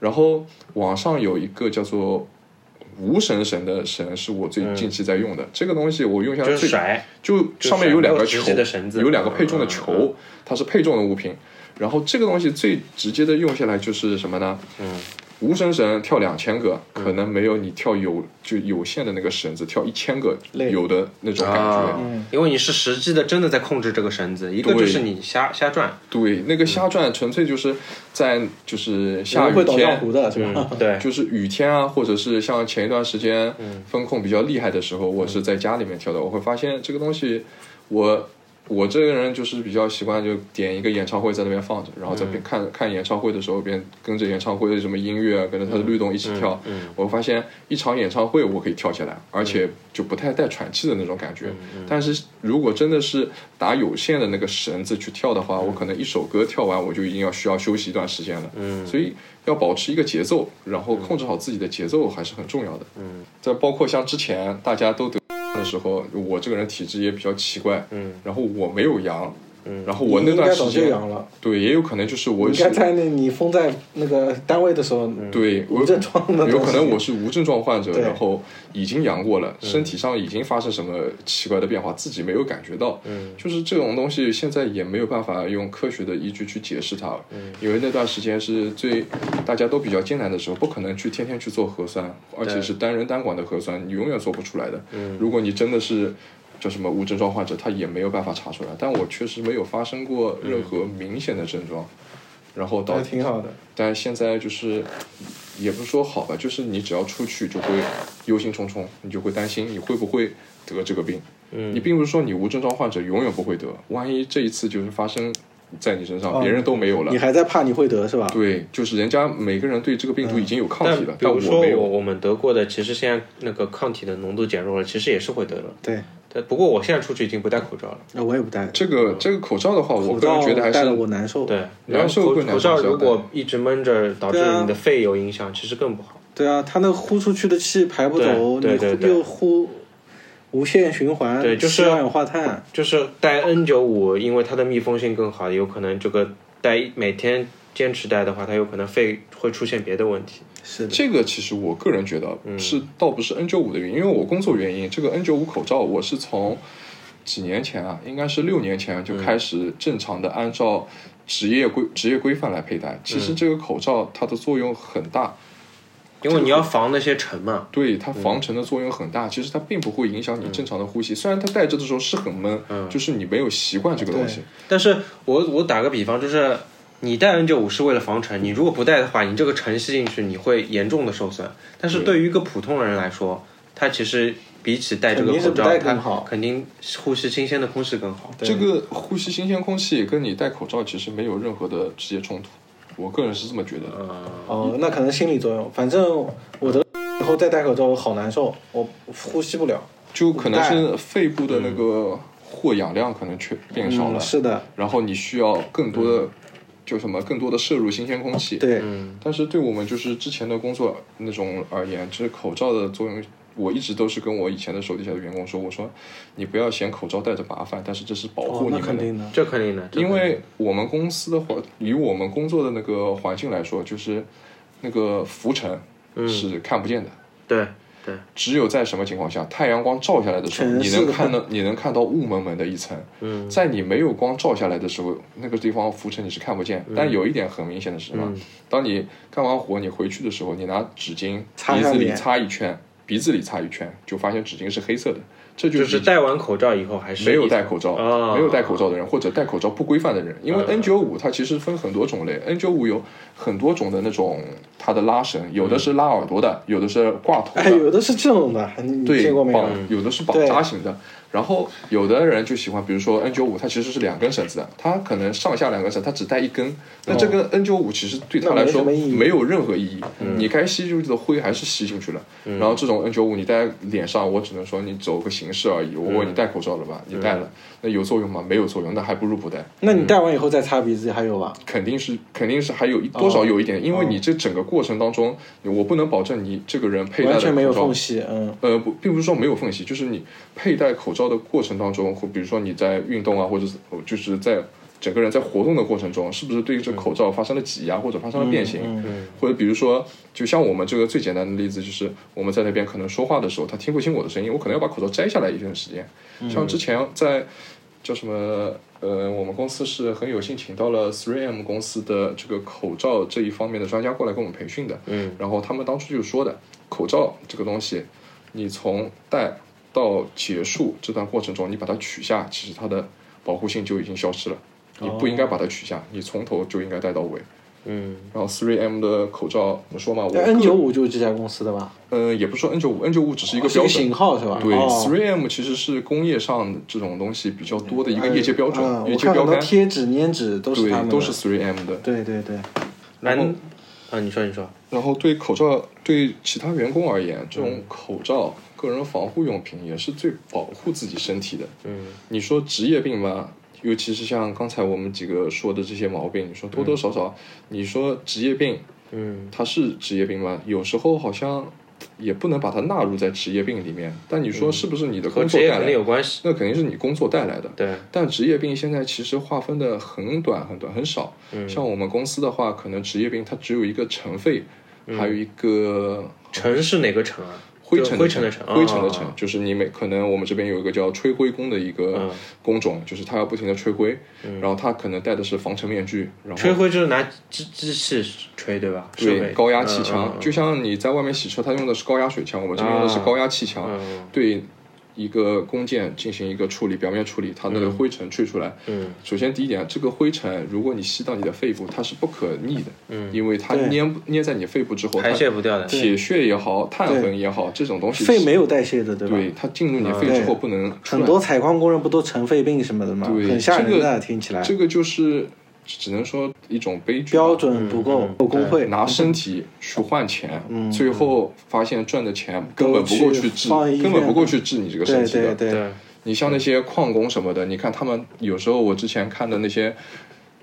然后网上有一个叫做无绳绳的绳，是我最近期在用的，这个东西我用下来嗯就是最甩，就上面有两个球就是没有直接的绳子，有两个配重的嗯嗯球，它是配重的物品。然后这个东西最直接的用下来就是什么呢？嗯，无绳绳跳两千个，嗯可能没有你跳有就有限的那个绳子跳一千个累有的那种感啊觉。，因为你是实际的，真的在控制这个绳子，一个就是对你瞎瞎转，对，那个瞎转纯粹就是在就是下人雨会倒江天，湖的是吧？对，嗯就是雨天啊，或者是像前一段时间风控比较厉害的时候，我是在家里面跳的。我会发现这个东西，我我这个人就是比较习惯，就点一个演唱会在那边放着，然后在边看、看演唱会的时候，边跟着演唱会的什么音乐，跟着它的律动一起跳。我发现一场演唱会我可以跳起来，而且就不太带喘气的那种感觉。但是如果真的是打有限的那个绳子去跳的话，我可能一首歌跳完我就已经要需要休息一段时间了。所以要保持一个节奏，然后控制好自己的节奏还是很重要的。嗯，再包括像之前大家都得的时候，我这个人体质也比较奇怪，嗯，然后我没有阳，嗯，然后我那段时你应该早就间阳了。对，也有可能就是我你是应该在那你封在那个单位的时候，对我无症状的有东可能西我是无症状患者，对嗯然后已经阳过了，身体上已经发生什么奇怪的变化，自己没有感觉到。嗯，就是这种东西现在也没有办法用科学的依据去解释它，嗯因为那段时间是最大家都比较艰难的时候，不可能去天天去做核酸，而且是单人单管的核酸，你永远做不出来的。嗯，如果你真的是。叫什么无症状患者，他也没有办法查出来，但我确实没有发生过任何嗯明显的症状，然后导还挺好的。但现在就是，也不是说好吧，就是你只要出去就会忧心忡忡，你就会担心你会不会得这个病。嗯，你并不是说你无症状患者永远不会得，万一这一次就是发生在你身上，别人都没有了哦你。还在怕你会得是吧？嗯对，就是人家每个人对这个病毒已经有抗但体了，比但如说我没我有。我们得过的，其实现在那个抗体的浓度减弱了，其实也是会得的。对，但不过我现在出去已经不戴口罩了。那我也不戴，这个这个口罩的话，我口个罩人觉得还戴了是我难受。对，难然后受口更难口罩受如果一直闷着，导致对啊你的肺有影响，其实更不好。对啊，他那个呼出去的气排不走，对对对你对又呼无限循环，对就是吸二氧化啊碳。就是戴 N 9 5因为它的密封性更好，有可能这个戴每天坚持戴的话，它有可能肺会出现别的问题。是的，嗯这个，其实我个人觉得是、倒不是 N 9 5的原因，因为我工作原因，这个 N 9 5口罩我是从几年前啊，应该是六年嗯前就开始正常的按照职业规职业规范来佩戴。其嗯实这个口罩它的作用很大，因为你要防那些尘嘛，对它防尘的作用很嗯大。其实它并不会影响你正常的呼吸，虽然它戴着的时候是很闷，嗯就是你没有习惯这个东西。但是我我打个比方，就是你戴 N 9 5是为了防尘，你如果不戴的话，你这个尘吸进去，你会严重的受损。但是对于一个普通人来说，他其实比起戴这个肯定是口不罩戴，他更好肯定呼吸新鲜的空气更好。这个呼吸新鲜空气跟你戴口罩其实没有任何的直接冲突，我个人是这么觉得的。哦，那可能心理作用。反正我得以后再戴口罩，我好难受，我呼吸不了。就可能是肺部的那个获氧量可能缺变少了，嗯，是的，然后你需要更多的、就什么更多的摄入新鲜空气。，对，但是对我们就是之前的工作那种而言，就是口罩的作用。我一直都是跟我以前的手底下的员工说，我说你不要嫌口罩戴着麻烦，但是这是保哦护，你那们肯的。定的。这肯定的，这因肯定为我们公司的话，以我们工作的那个环境来说，就是那个浮尘是看不见的，嗯对对，只有在什么情况下，太阳光照下来的时候，全你是能的看到你能看到雾蒙蒙的一层。嗯，在你没有光照下来的时候，那个地方浮尘你是看不见。嗯但有一点很明显的是什么？当你干完活你回去的时候，你拿纸巾擦鼻一下子里脸擦一圈，鼻子里擦一圈，就发现纸巾是黑色的。这就就是是戴完口罩以后还是没有戴一口罩、啊嗯没有戴口罩的人，或者戴口罩不规范的人，因为 N 9 5它其实分很多种类，N 9 5有很多种的那种它的拉绳，有的是拉耳朵的，有的是挂头的，哎，有的是这种的，你你对，见过没有绑？有的是绑扎型的，然后有的人就喜欢，比如说 N 9 5它其实是两根绳子的，它可能上下两根绳，它只带一根。那这根 N 9 5其实对它哦那没来说什么意义没有任何意义，你该吸进去的灰还是吸进去了。然后这种 N 9 5你戴在脸上，我只能说你走个形式而已。我问你戴口罩了吧？你戴了，那有作用吗？没有作用，那还不如不戴。那你戴完以后再擦鼻子还有吧？肯定是肯定是还有一多哦少有一点，因为你这整个过程当中，我不能保证你这个人佩戴完的全没有口罩缝隙，嗯，呃，不，并不是说没有缝隙，就是你佩戴口罩的过程当中，或比如说你在运动啊，或者是呃就是在整个人在活动的过程中，是不是对这口罩发生了挤压或者发生了变形？或者比如说，就像我们这个最简单的例子，就是我们在那边可能说话的时候，他听不清我的声音，我可能要把口罩摘下来一段时间。像之前在叫什么？呃，我们公司是很有幸请到了 3M 公司的这个口罩这一方面的专家过来跟我们培训的。嗯，然后他们当初就说的，口罩这个东西，你从戴到结束这段过程中，你把它取下，其实它的保护性就已经消失了。你不应该把它取下，你从头就应该戴到尾。嗯，然后 3M 的口罩怎么说嘛？我那个 N 九五就是这家公司的吧？呃，也不是说 N 9 5 n 9 5只是一个哦是一标个准型。号是吧？对哦，3M 其实是工业上这种东西比较多的一个业界标准，嗯业我界看标很多杆，贴纸、粘纸都是他们对，的，都是 3M 的。对对对，然后啊，你说你说，然后对口罩，对其他员工而言，这种口罩、个人防护用品也是最保护自己身体的。嗯，你说职业病吧，尤其是像刚才我们几个说的这些毛病，你说多多少少，你说职业病，嗯，它是职业病吗？有时候好像也不能把它纳入在职业病里面。但你说是不是你的嗯和工职作业带肯来定有的？关系。那肯定是你工作带来的。对，但职业病现在其实划分的很短很短很少。嗯像我们公司的话，可能职业病它只有一个尘肺，嗯还有一个尘是哪个尘啊？灰尘灰尘尘的尘，尘，灰尘的啊尘，就是你每可能我们这边有一个叫吹灰工的一嗯个工种，就是他要不停的吹灰，然后他可能戴的是防尘面具，然后吹灰就是拿机机器吹，对吧？设对备高压气嗯嗯枪，嗯啊就像你在外面洗车，他用的是高压水枪，我们这边用的是高压气枪，嗯对一个工件进行一个处理，表面处理，它那个灰尘吹出来。嗯首先第一点，这个灰尘如果你吸到你的肺部，它是不可逆的，嗯因为它对粘粘在你肺部之后，排它泄不掉的。铁屑也好，碳痕也好，这种东西肺没有代谢的，对吧？嗯对它进入你肺之后不能出很来。多采矿工人不都尘肺病什么的吗？对很吓人这的，个听起来这个就是只能说一种悲剧吧。标准不够，有工会嗯嗯拿身体去换钱，最后发现赚的钱根本不够都去治，去放医院根本不够去治你这个身对体的。对对，对，你像那些矿工什么的，你看他们有时候我之前看的那些。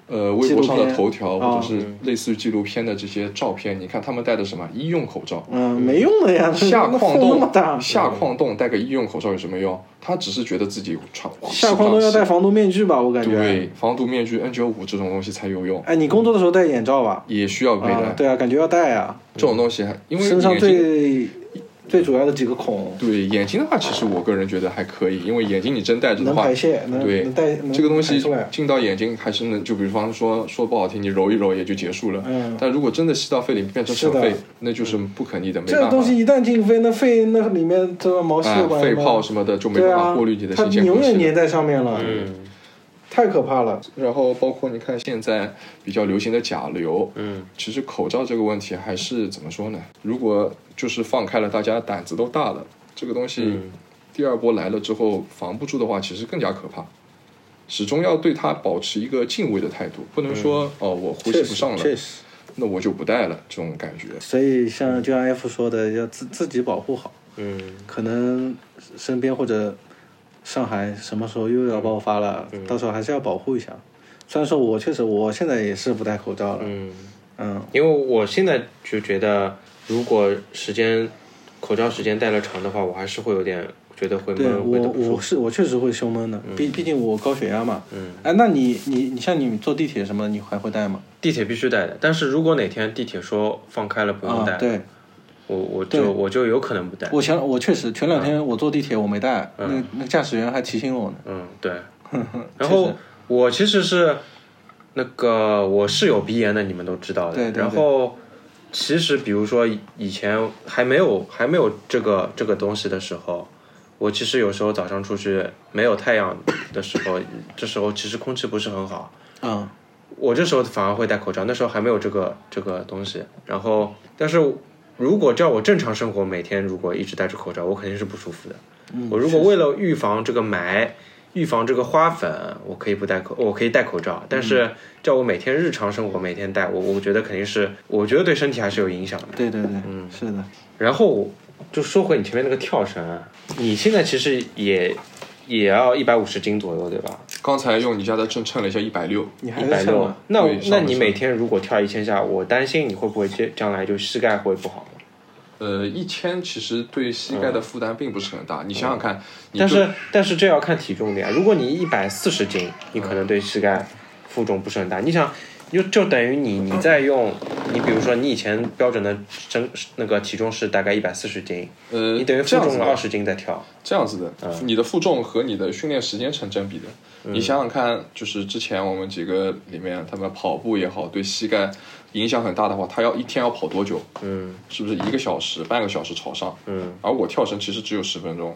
呃，微博上纪录的片头条啊或者是类似于纪录片的这些照片，你看他们戴的什么医用口罩，嗯，没用的呀，下风哦矿那么大洞，，下矿洞戴个医用口罩有什么用？他只是觉得自己喘呼吸下矿都要戴不上防毒面具吧？我感气觉，对防毒面具 N 9 5这种东西才有用，哎，你工作的时候戴眼罩吧？也需要佩戴啊，。对啊，感觉要戴啊，这种东西还因为身上眼睛最最主要的几个孔对眼睛的话，其实我个人觉得还可以，因为眼睛你真戴着的能话排，泄，能对能戴能这个东西排出来，进到眼睛还是能，就比方说说不好听，你揉一揉也就结束了。嗯但如果真的吸到肺里变成是尘的肺，那就是不可逆的，没这个办东法西。一旦进肺，那肺那里面这个毛细啊，管肺嘛泡什么的就没对办法啊过滤你的，它新鲜永远空气粘了。在上面了，嗯太可怕了。然后包括你看现在比较流行的甲流，嗯其实口罩这个问题还是怎么说呢？如果就是放开了，大家胆子都大了，这个东西嗯第二波来了之后防不住的话，其实更加可怕。始终要对它保持一个敬畏的态度，嗯不能说、哦我呼吸确不实上了确，实。那我就不戴了这种感觉。所以像就像 F 说的，要自自己保护好。嗯，可能身边或者上海什么时候又嗯要爆发了，到时候还是要保护一下。虽然说我确实我现在也是不戴口罩了，嗯因为我现在就觉得，如果时间口罩时间戴了长的话，我还是会有点觉得会对闷，会我的不舒我服。嗯是我确实会胸闷的，毕毕竟我高血压嘛。嗯，哎，那你你你像你坐地铁什么的，你还会戴吗？地铁必须戴的，但是如果哪天地铁说放开了不用戴，啊，对，我我就我就有可能不嗯戴。我前我确实前两天我坐地铁我没戴，那个那个驾驶员还提醒我呢。嗯，对。 然后我其实是那个我是有鼻炎的，你们都知道的。对对对然后其实比如说以以前还没有还没有这个这个东西的时候，我其实有时候早上出去没有太阳的时候，这时候其实空气不是很好。嗯，我这时候反而会戴口罩，那时候还没有这个这个东西。然后，但是如果叫我正常生活，每天如果一直戴着口罩，我肯定是不舒服的。嗯我如果为了预防这个霾，预防这个花粉，我可以不戴口， 我可以戴口罩。但是叫我每天日常生活每天戴，我我觉得肯定是，我觉得对身体还是有影响的。对对对，嗯，是的，然后就说回你前面那个跳绳啊，你现在其实也也要一百五十斤左右，对吧？啊刚才用你家的秤称了一下一百六，你还一是百趁六嘛。那对那上你升每天如果跳一千下，我担心你会不会将将来就膝盖会不好。呃，一千其实对膝盖嗯的负担并不是很大。你想想看，你但就是但是这要看体重的呀。如果你一百四十斤，你可能对膝盖负重不是很大。你想，就就等于你你在用你比如说你以前标准的身那个体重是大概一百四十斤，呃，你等于负这样重子了吧二十斤再跳。这样子的，嗯你的负重和你的训练时间成正比的。你想想看，就是之前我们几个里面，他们跑步也好，对膝盖影响很大的话，他要一天要跑多久？嗯是不是一个小时、半个小时朝上？嗯，而我跳绳其实只有十分钟，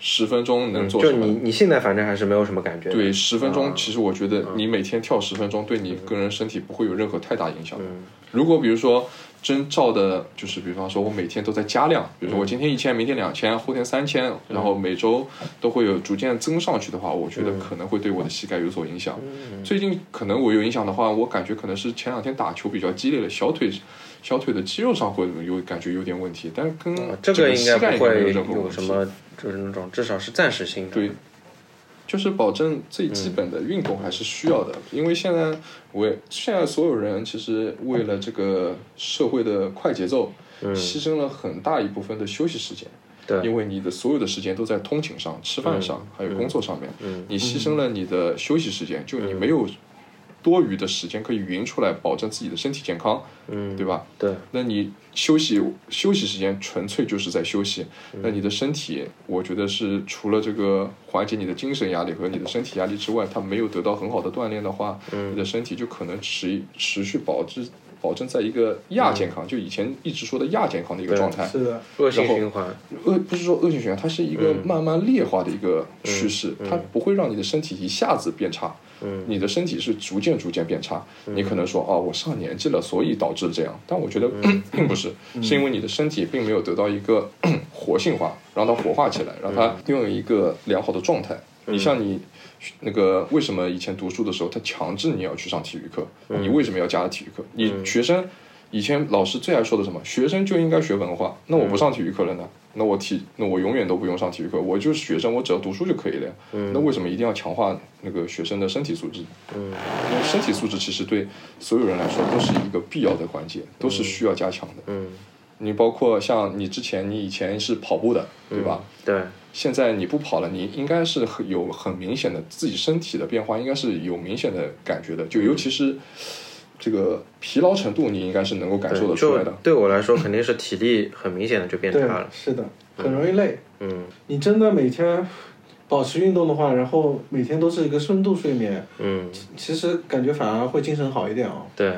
十分钟能做嗯就什么？你你现在反正还是没有什么感觉。嗯对，，十分钟，其实我觉得你每天跳十分钟，对你个人身体不会有任何太大影响。嗯如果比如说真照的，就是比方说我每天都在加量，嗯比如说我今天一千，明天两千，后天三千，然后每周都会有逐渐增上去的话，我觉嗯得可能会对我的膝盖有所影响。最近可能我有影响的话，我感觉可能是前两天打球比较激烈了，小腿。小腿的肌肉上会有感觉有点问题，但是跟啊这整个应嗯膝盖该应不该没会任何有问什题么，就是那种至少是暂时性的。对，就是保证最基本的运动还是需要的，因为现在我也现在所有人其实为了这个社会的快节奏，牺牲了很大一部分的休息时间。对嗯因为你的所有的时间都在通勤上、吃饭上，还有工作上面，你牺牲了你的休息时间，就你嗯没有多余的时间可以匀出来，保证自己的身体健康，嗯，对吧？对，那你休息休息时间纯粹就是在休息，嗯那你的身体，我觉得是除了这个缓解你的精神压力和你的身体压力之外，它没有得到很好的锻炼的话，嗯你的身体就可能持持续保质保证在一个亚健康，就以前一直说的亚健康的一嗯个对状态，是的，恶性循环，恶不是说恶性循环，它是一个慢慢劣化的一个趋势，它不会让你的身体一下子变差，嗯你的身体是逐渐逐渐变差。你可能说啊，我上年纪了，所以导致这样，但我觉得、 并不是，是因为你的身体并没有得到一个 活性化，让它活化起来，让它拥有一个良好的状态。你像你那个为什么以前读书的时候，他强制你要去上体育课，你为什么要加体育课？你学生以前老师最爱说的什么？学生就应该学文化。那我不嗯上体育课了呢？那我体那我永远都不用上体育课，我就是学生，我只要读书就可以了呀。那为什么一定要强化那个学生的身体素质？嗯，因为身体素质其实对所有人来说都是一个必要的环节，都是需要加强的。嗯，你包括像你之前，你以前是跑步的，对吧？对，现在你不跑了，你应该是很有很明显的自己身体的变化，应该是有明显的感觉的，就嗯尤其是这个疲劳程度，你应该是能够感受得对，出来就的。对我来说肯定是体力很明显的就变差对了，，是的，很容易累。嗯你真的每天保持运动的话，然后每天都是一个深度睡眠，嗯，其实感觉反而会精神好一点哦。对，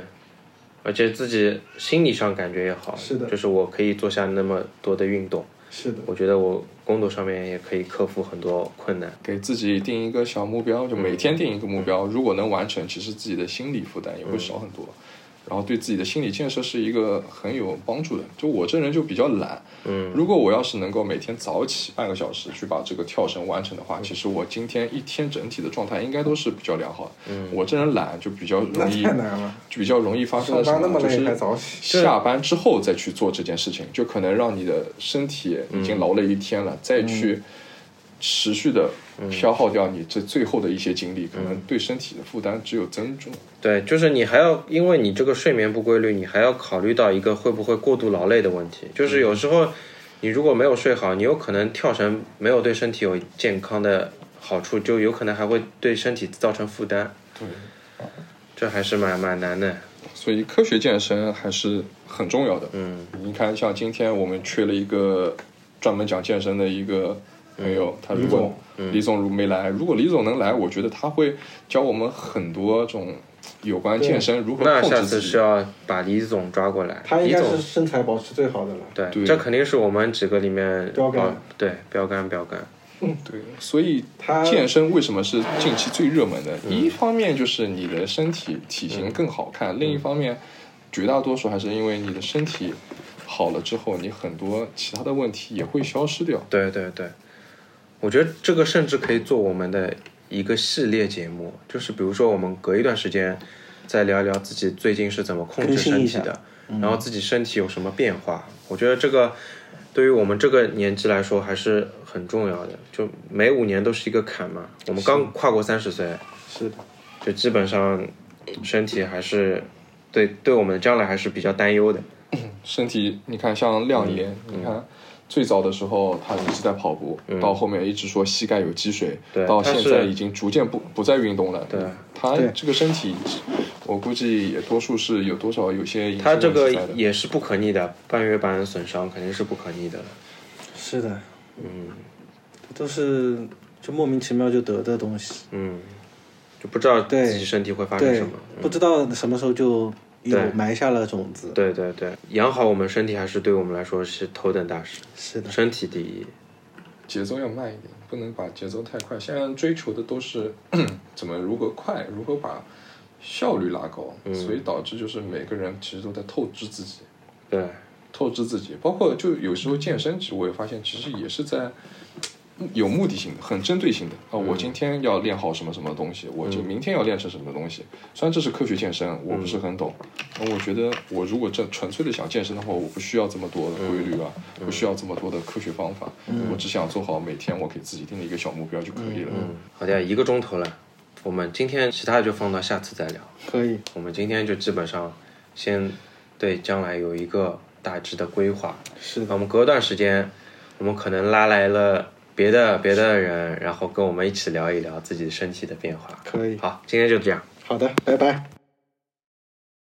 而且自己心理上感觉也好，是的就是我可以做下那么多的运动，是的，我觉得我工作上面也可以克服很多困难，给自己定一个小目标，就每天定一个目嗯标，如果能完成，其实自己的心理负担也会少很多，然后对自己的心理建设是一个很有帮助的。就我这人就比较懒，嗯，如果我要是能够每天早起半个小时去把这个跳绳完成的话，嗯其实我今天一天整体的状态应该都是比较良好的。我这人懒就比较嗯那容易，太难了。就比较容易发生上的什班那么么呢？就累是还早起，下班之后再去做这件事情，就可能让你的身体已嗯经劳累一天了，再去持续的消耗掉你这最后的一些精力，嗯可能对身体的负担只有增重。对，就是你还要，因为你这个睡眠不规律，你还要考虑到一个会不会过度劳累的问题。嗯就是有时候你如果没有睡好，你有可能跳绳没有对身体有健康的好处，就有可能还会对身体造成负担。对，这还是蛮蛮难的。所以科学健身还是很重要的。嗯，你看，像今天我们缺了一个专门讲健身的一个嗯朋友，他如果李总如没来，如果李总能来，我觉得他会教我们很多这种有关健身如何那控下制次自是己。要把李总抓过来，他应李该总是身材保持最好的了。对，对这肯定是我们几个里面标杆哦对标杆标杆。对，所以他健身为什么是近期最热门的？嗯一方面就是你的身体体型更好看，另一嗯方面，绝大多数还是因为你的身体好了之后，你很多其他的问题也会消失掉。对对对，我觉得这个甚至可以做我们的一个系列节目，就是比如说我们隔一段时间再聊一聊自己最近是怎么控制更新身一体下嗯的，然后自己身体有什么变化。我觉得这个对于我们这个年纪来说还是很重要的，就每五年都是一个坎嘛。我们刚跨过三十岁，是的，就基本上身体还是对对我们将来还是比较担忧的。身体，你看像亮爷，嗯你看最早的时候他一直在跑步，到后面一直说膝盖有积水对，到他现是在已经逐渐不不再运动了。对他对这个身体，我估计也多数是有多少有些隐它形这个问题在的。也是不可逆的，半月板损伤肯定是不可逆的了。是的，嗯，都是就莫名其妙就得的东西，嗯，就不知道自己身体会发生对什么。，不知道什么时候就有埋下了种子。对对对，养好我们身体还是对我们来说是头等大事，啊是的，身体第一。节奏要慢一点，不能把节奏太快。现在追求的都是 怎么如何快，如何把效率拉高，所以导致就是每个人其实都在透支自己，对，透支自己。包括就有时候健身，其实我也发现，其实也是在有目的性的，很针对性的啊、我今天要练好什么什么东西，我就明天要练成什么东西。虽然这是科学健身，我不是很懂，那、我觉得我如果这纯粹的想健身的话，我不需要这么多的规律啊，不需要这么多的科学方法，我只想做好每天我给自己定的一个小目标就可嗯以了。嗯好的，一个钟头了，我们今天其他的就放到下次再聊。可以，我们今天就基本上先对将来有一个大致的规划。是那我们隔段时间，我们可能拉来了别的别的人，然后跟我们一起聊一聊自己身体的变化。可以。好，今天就这样。好的，拜拜。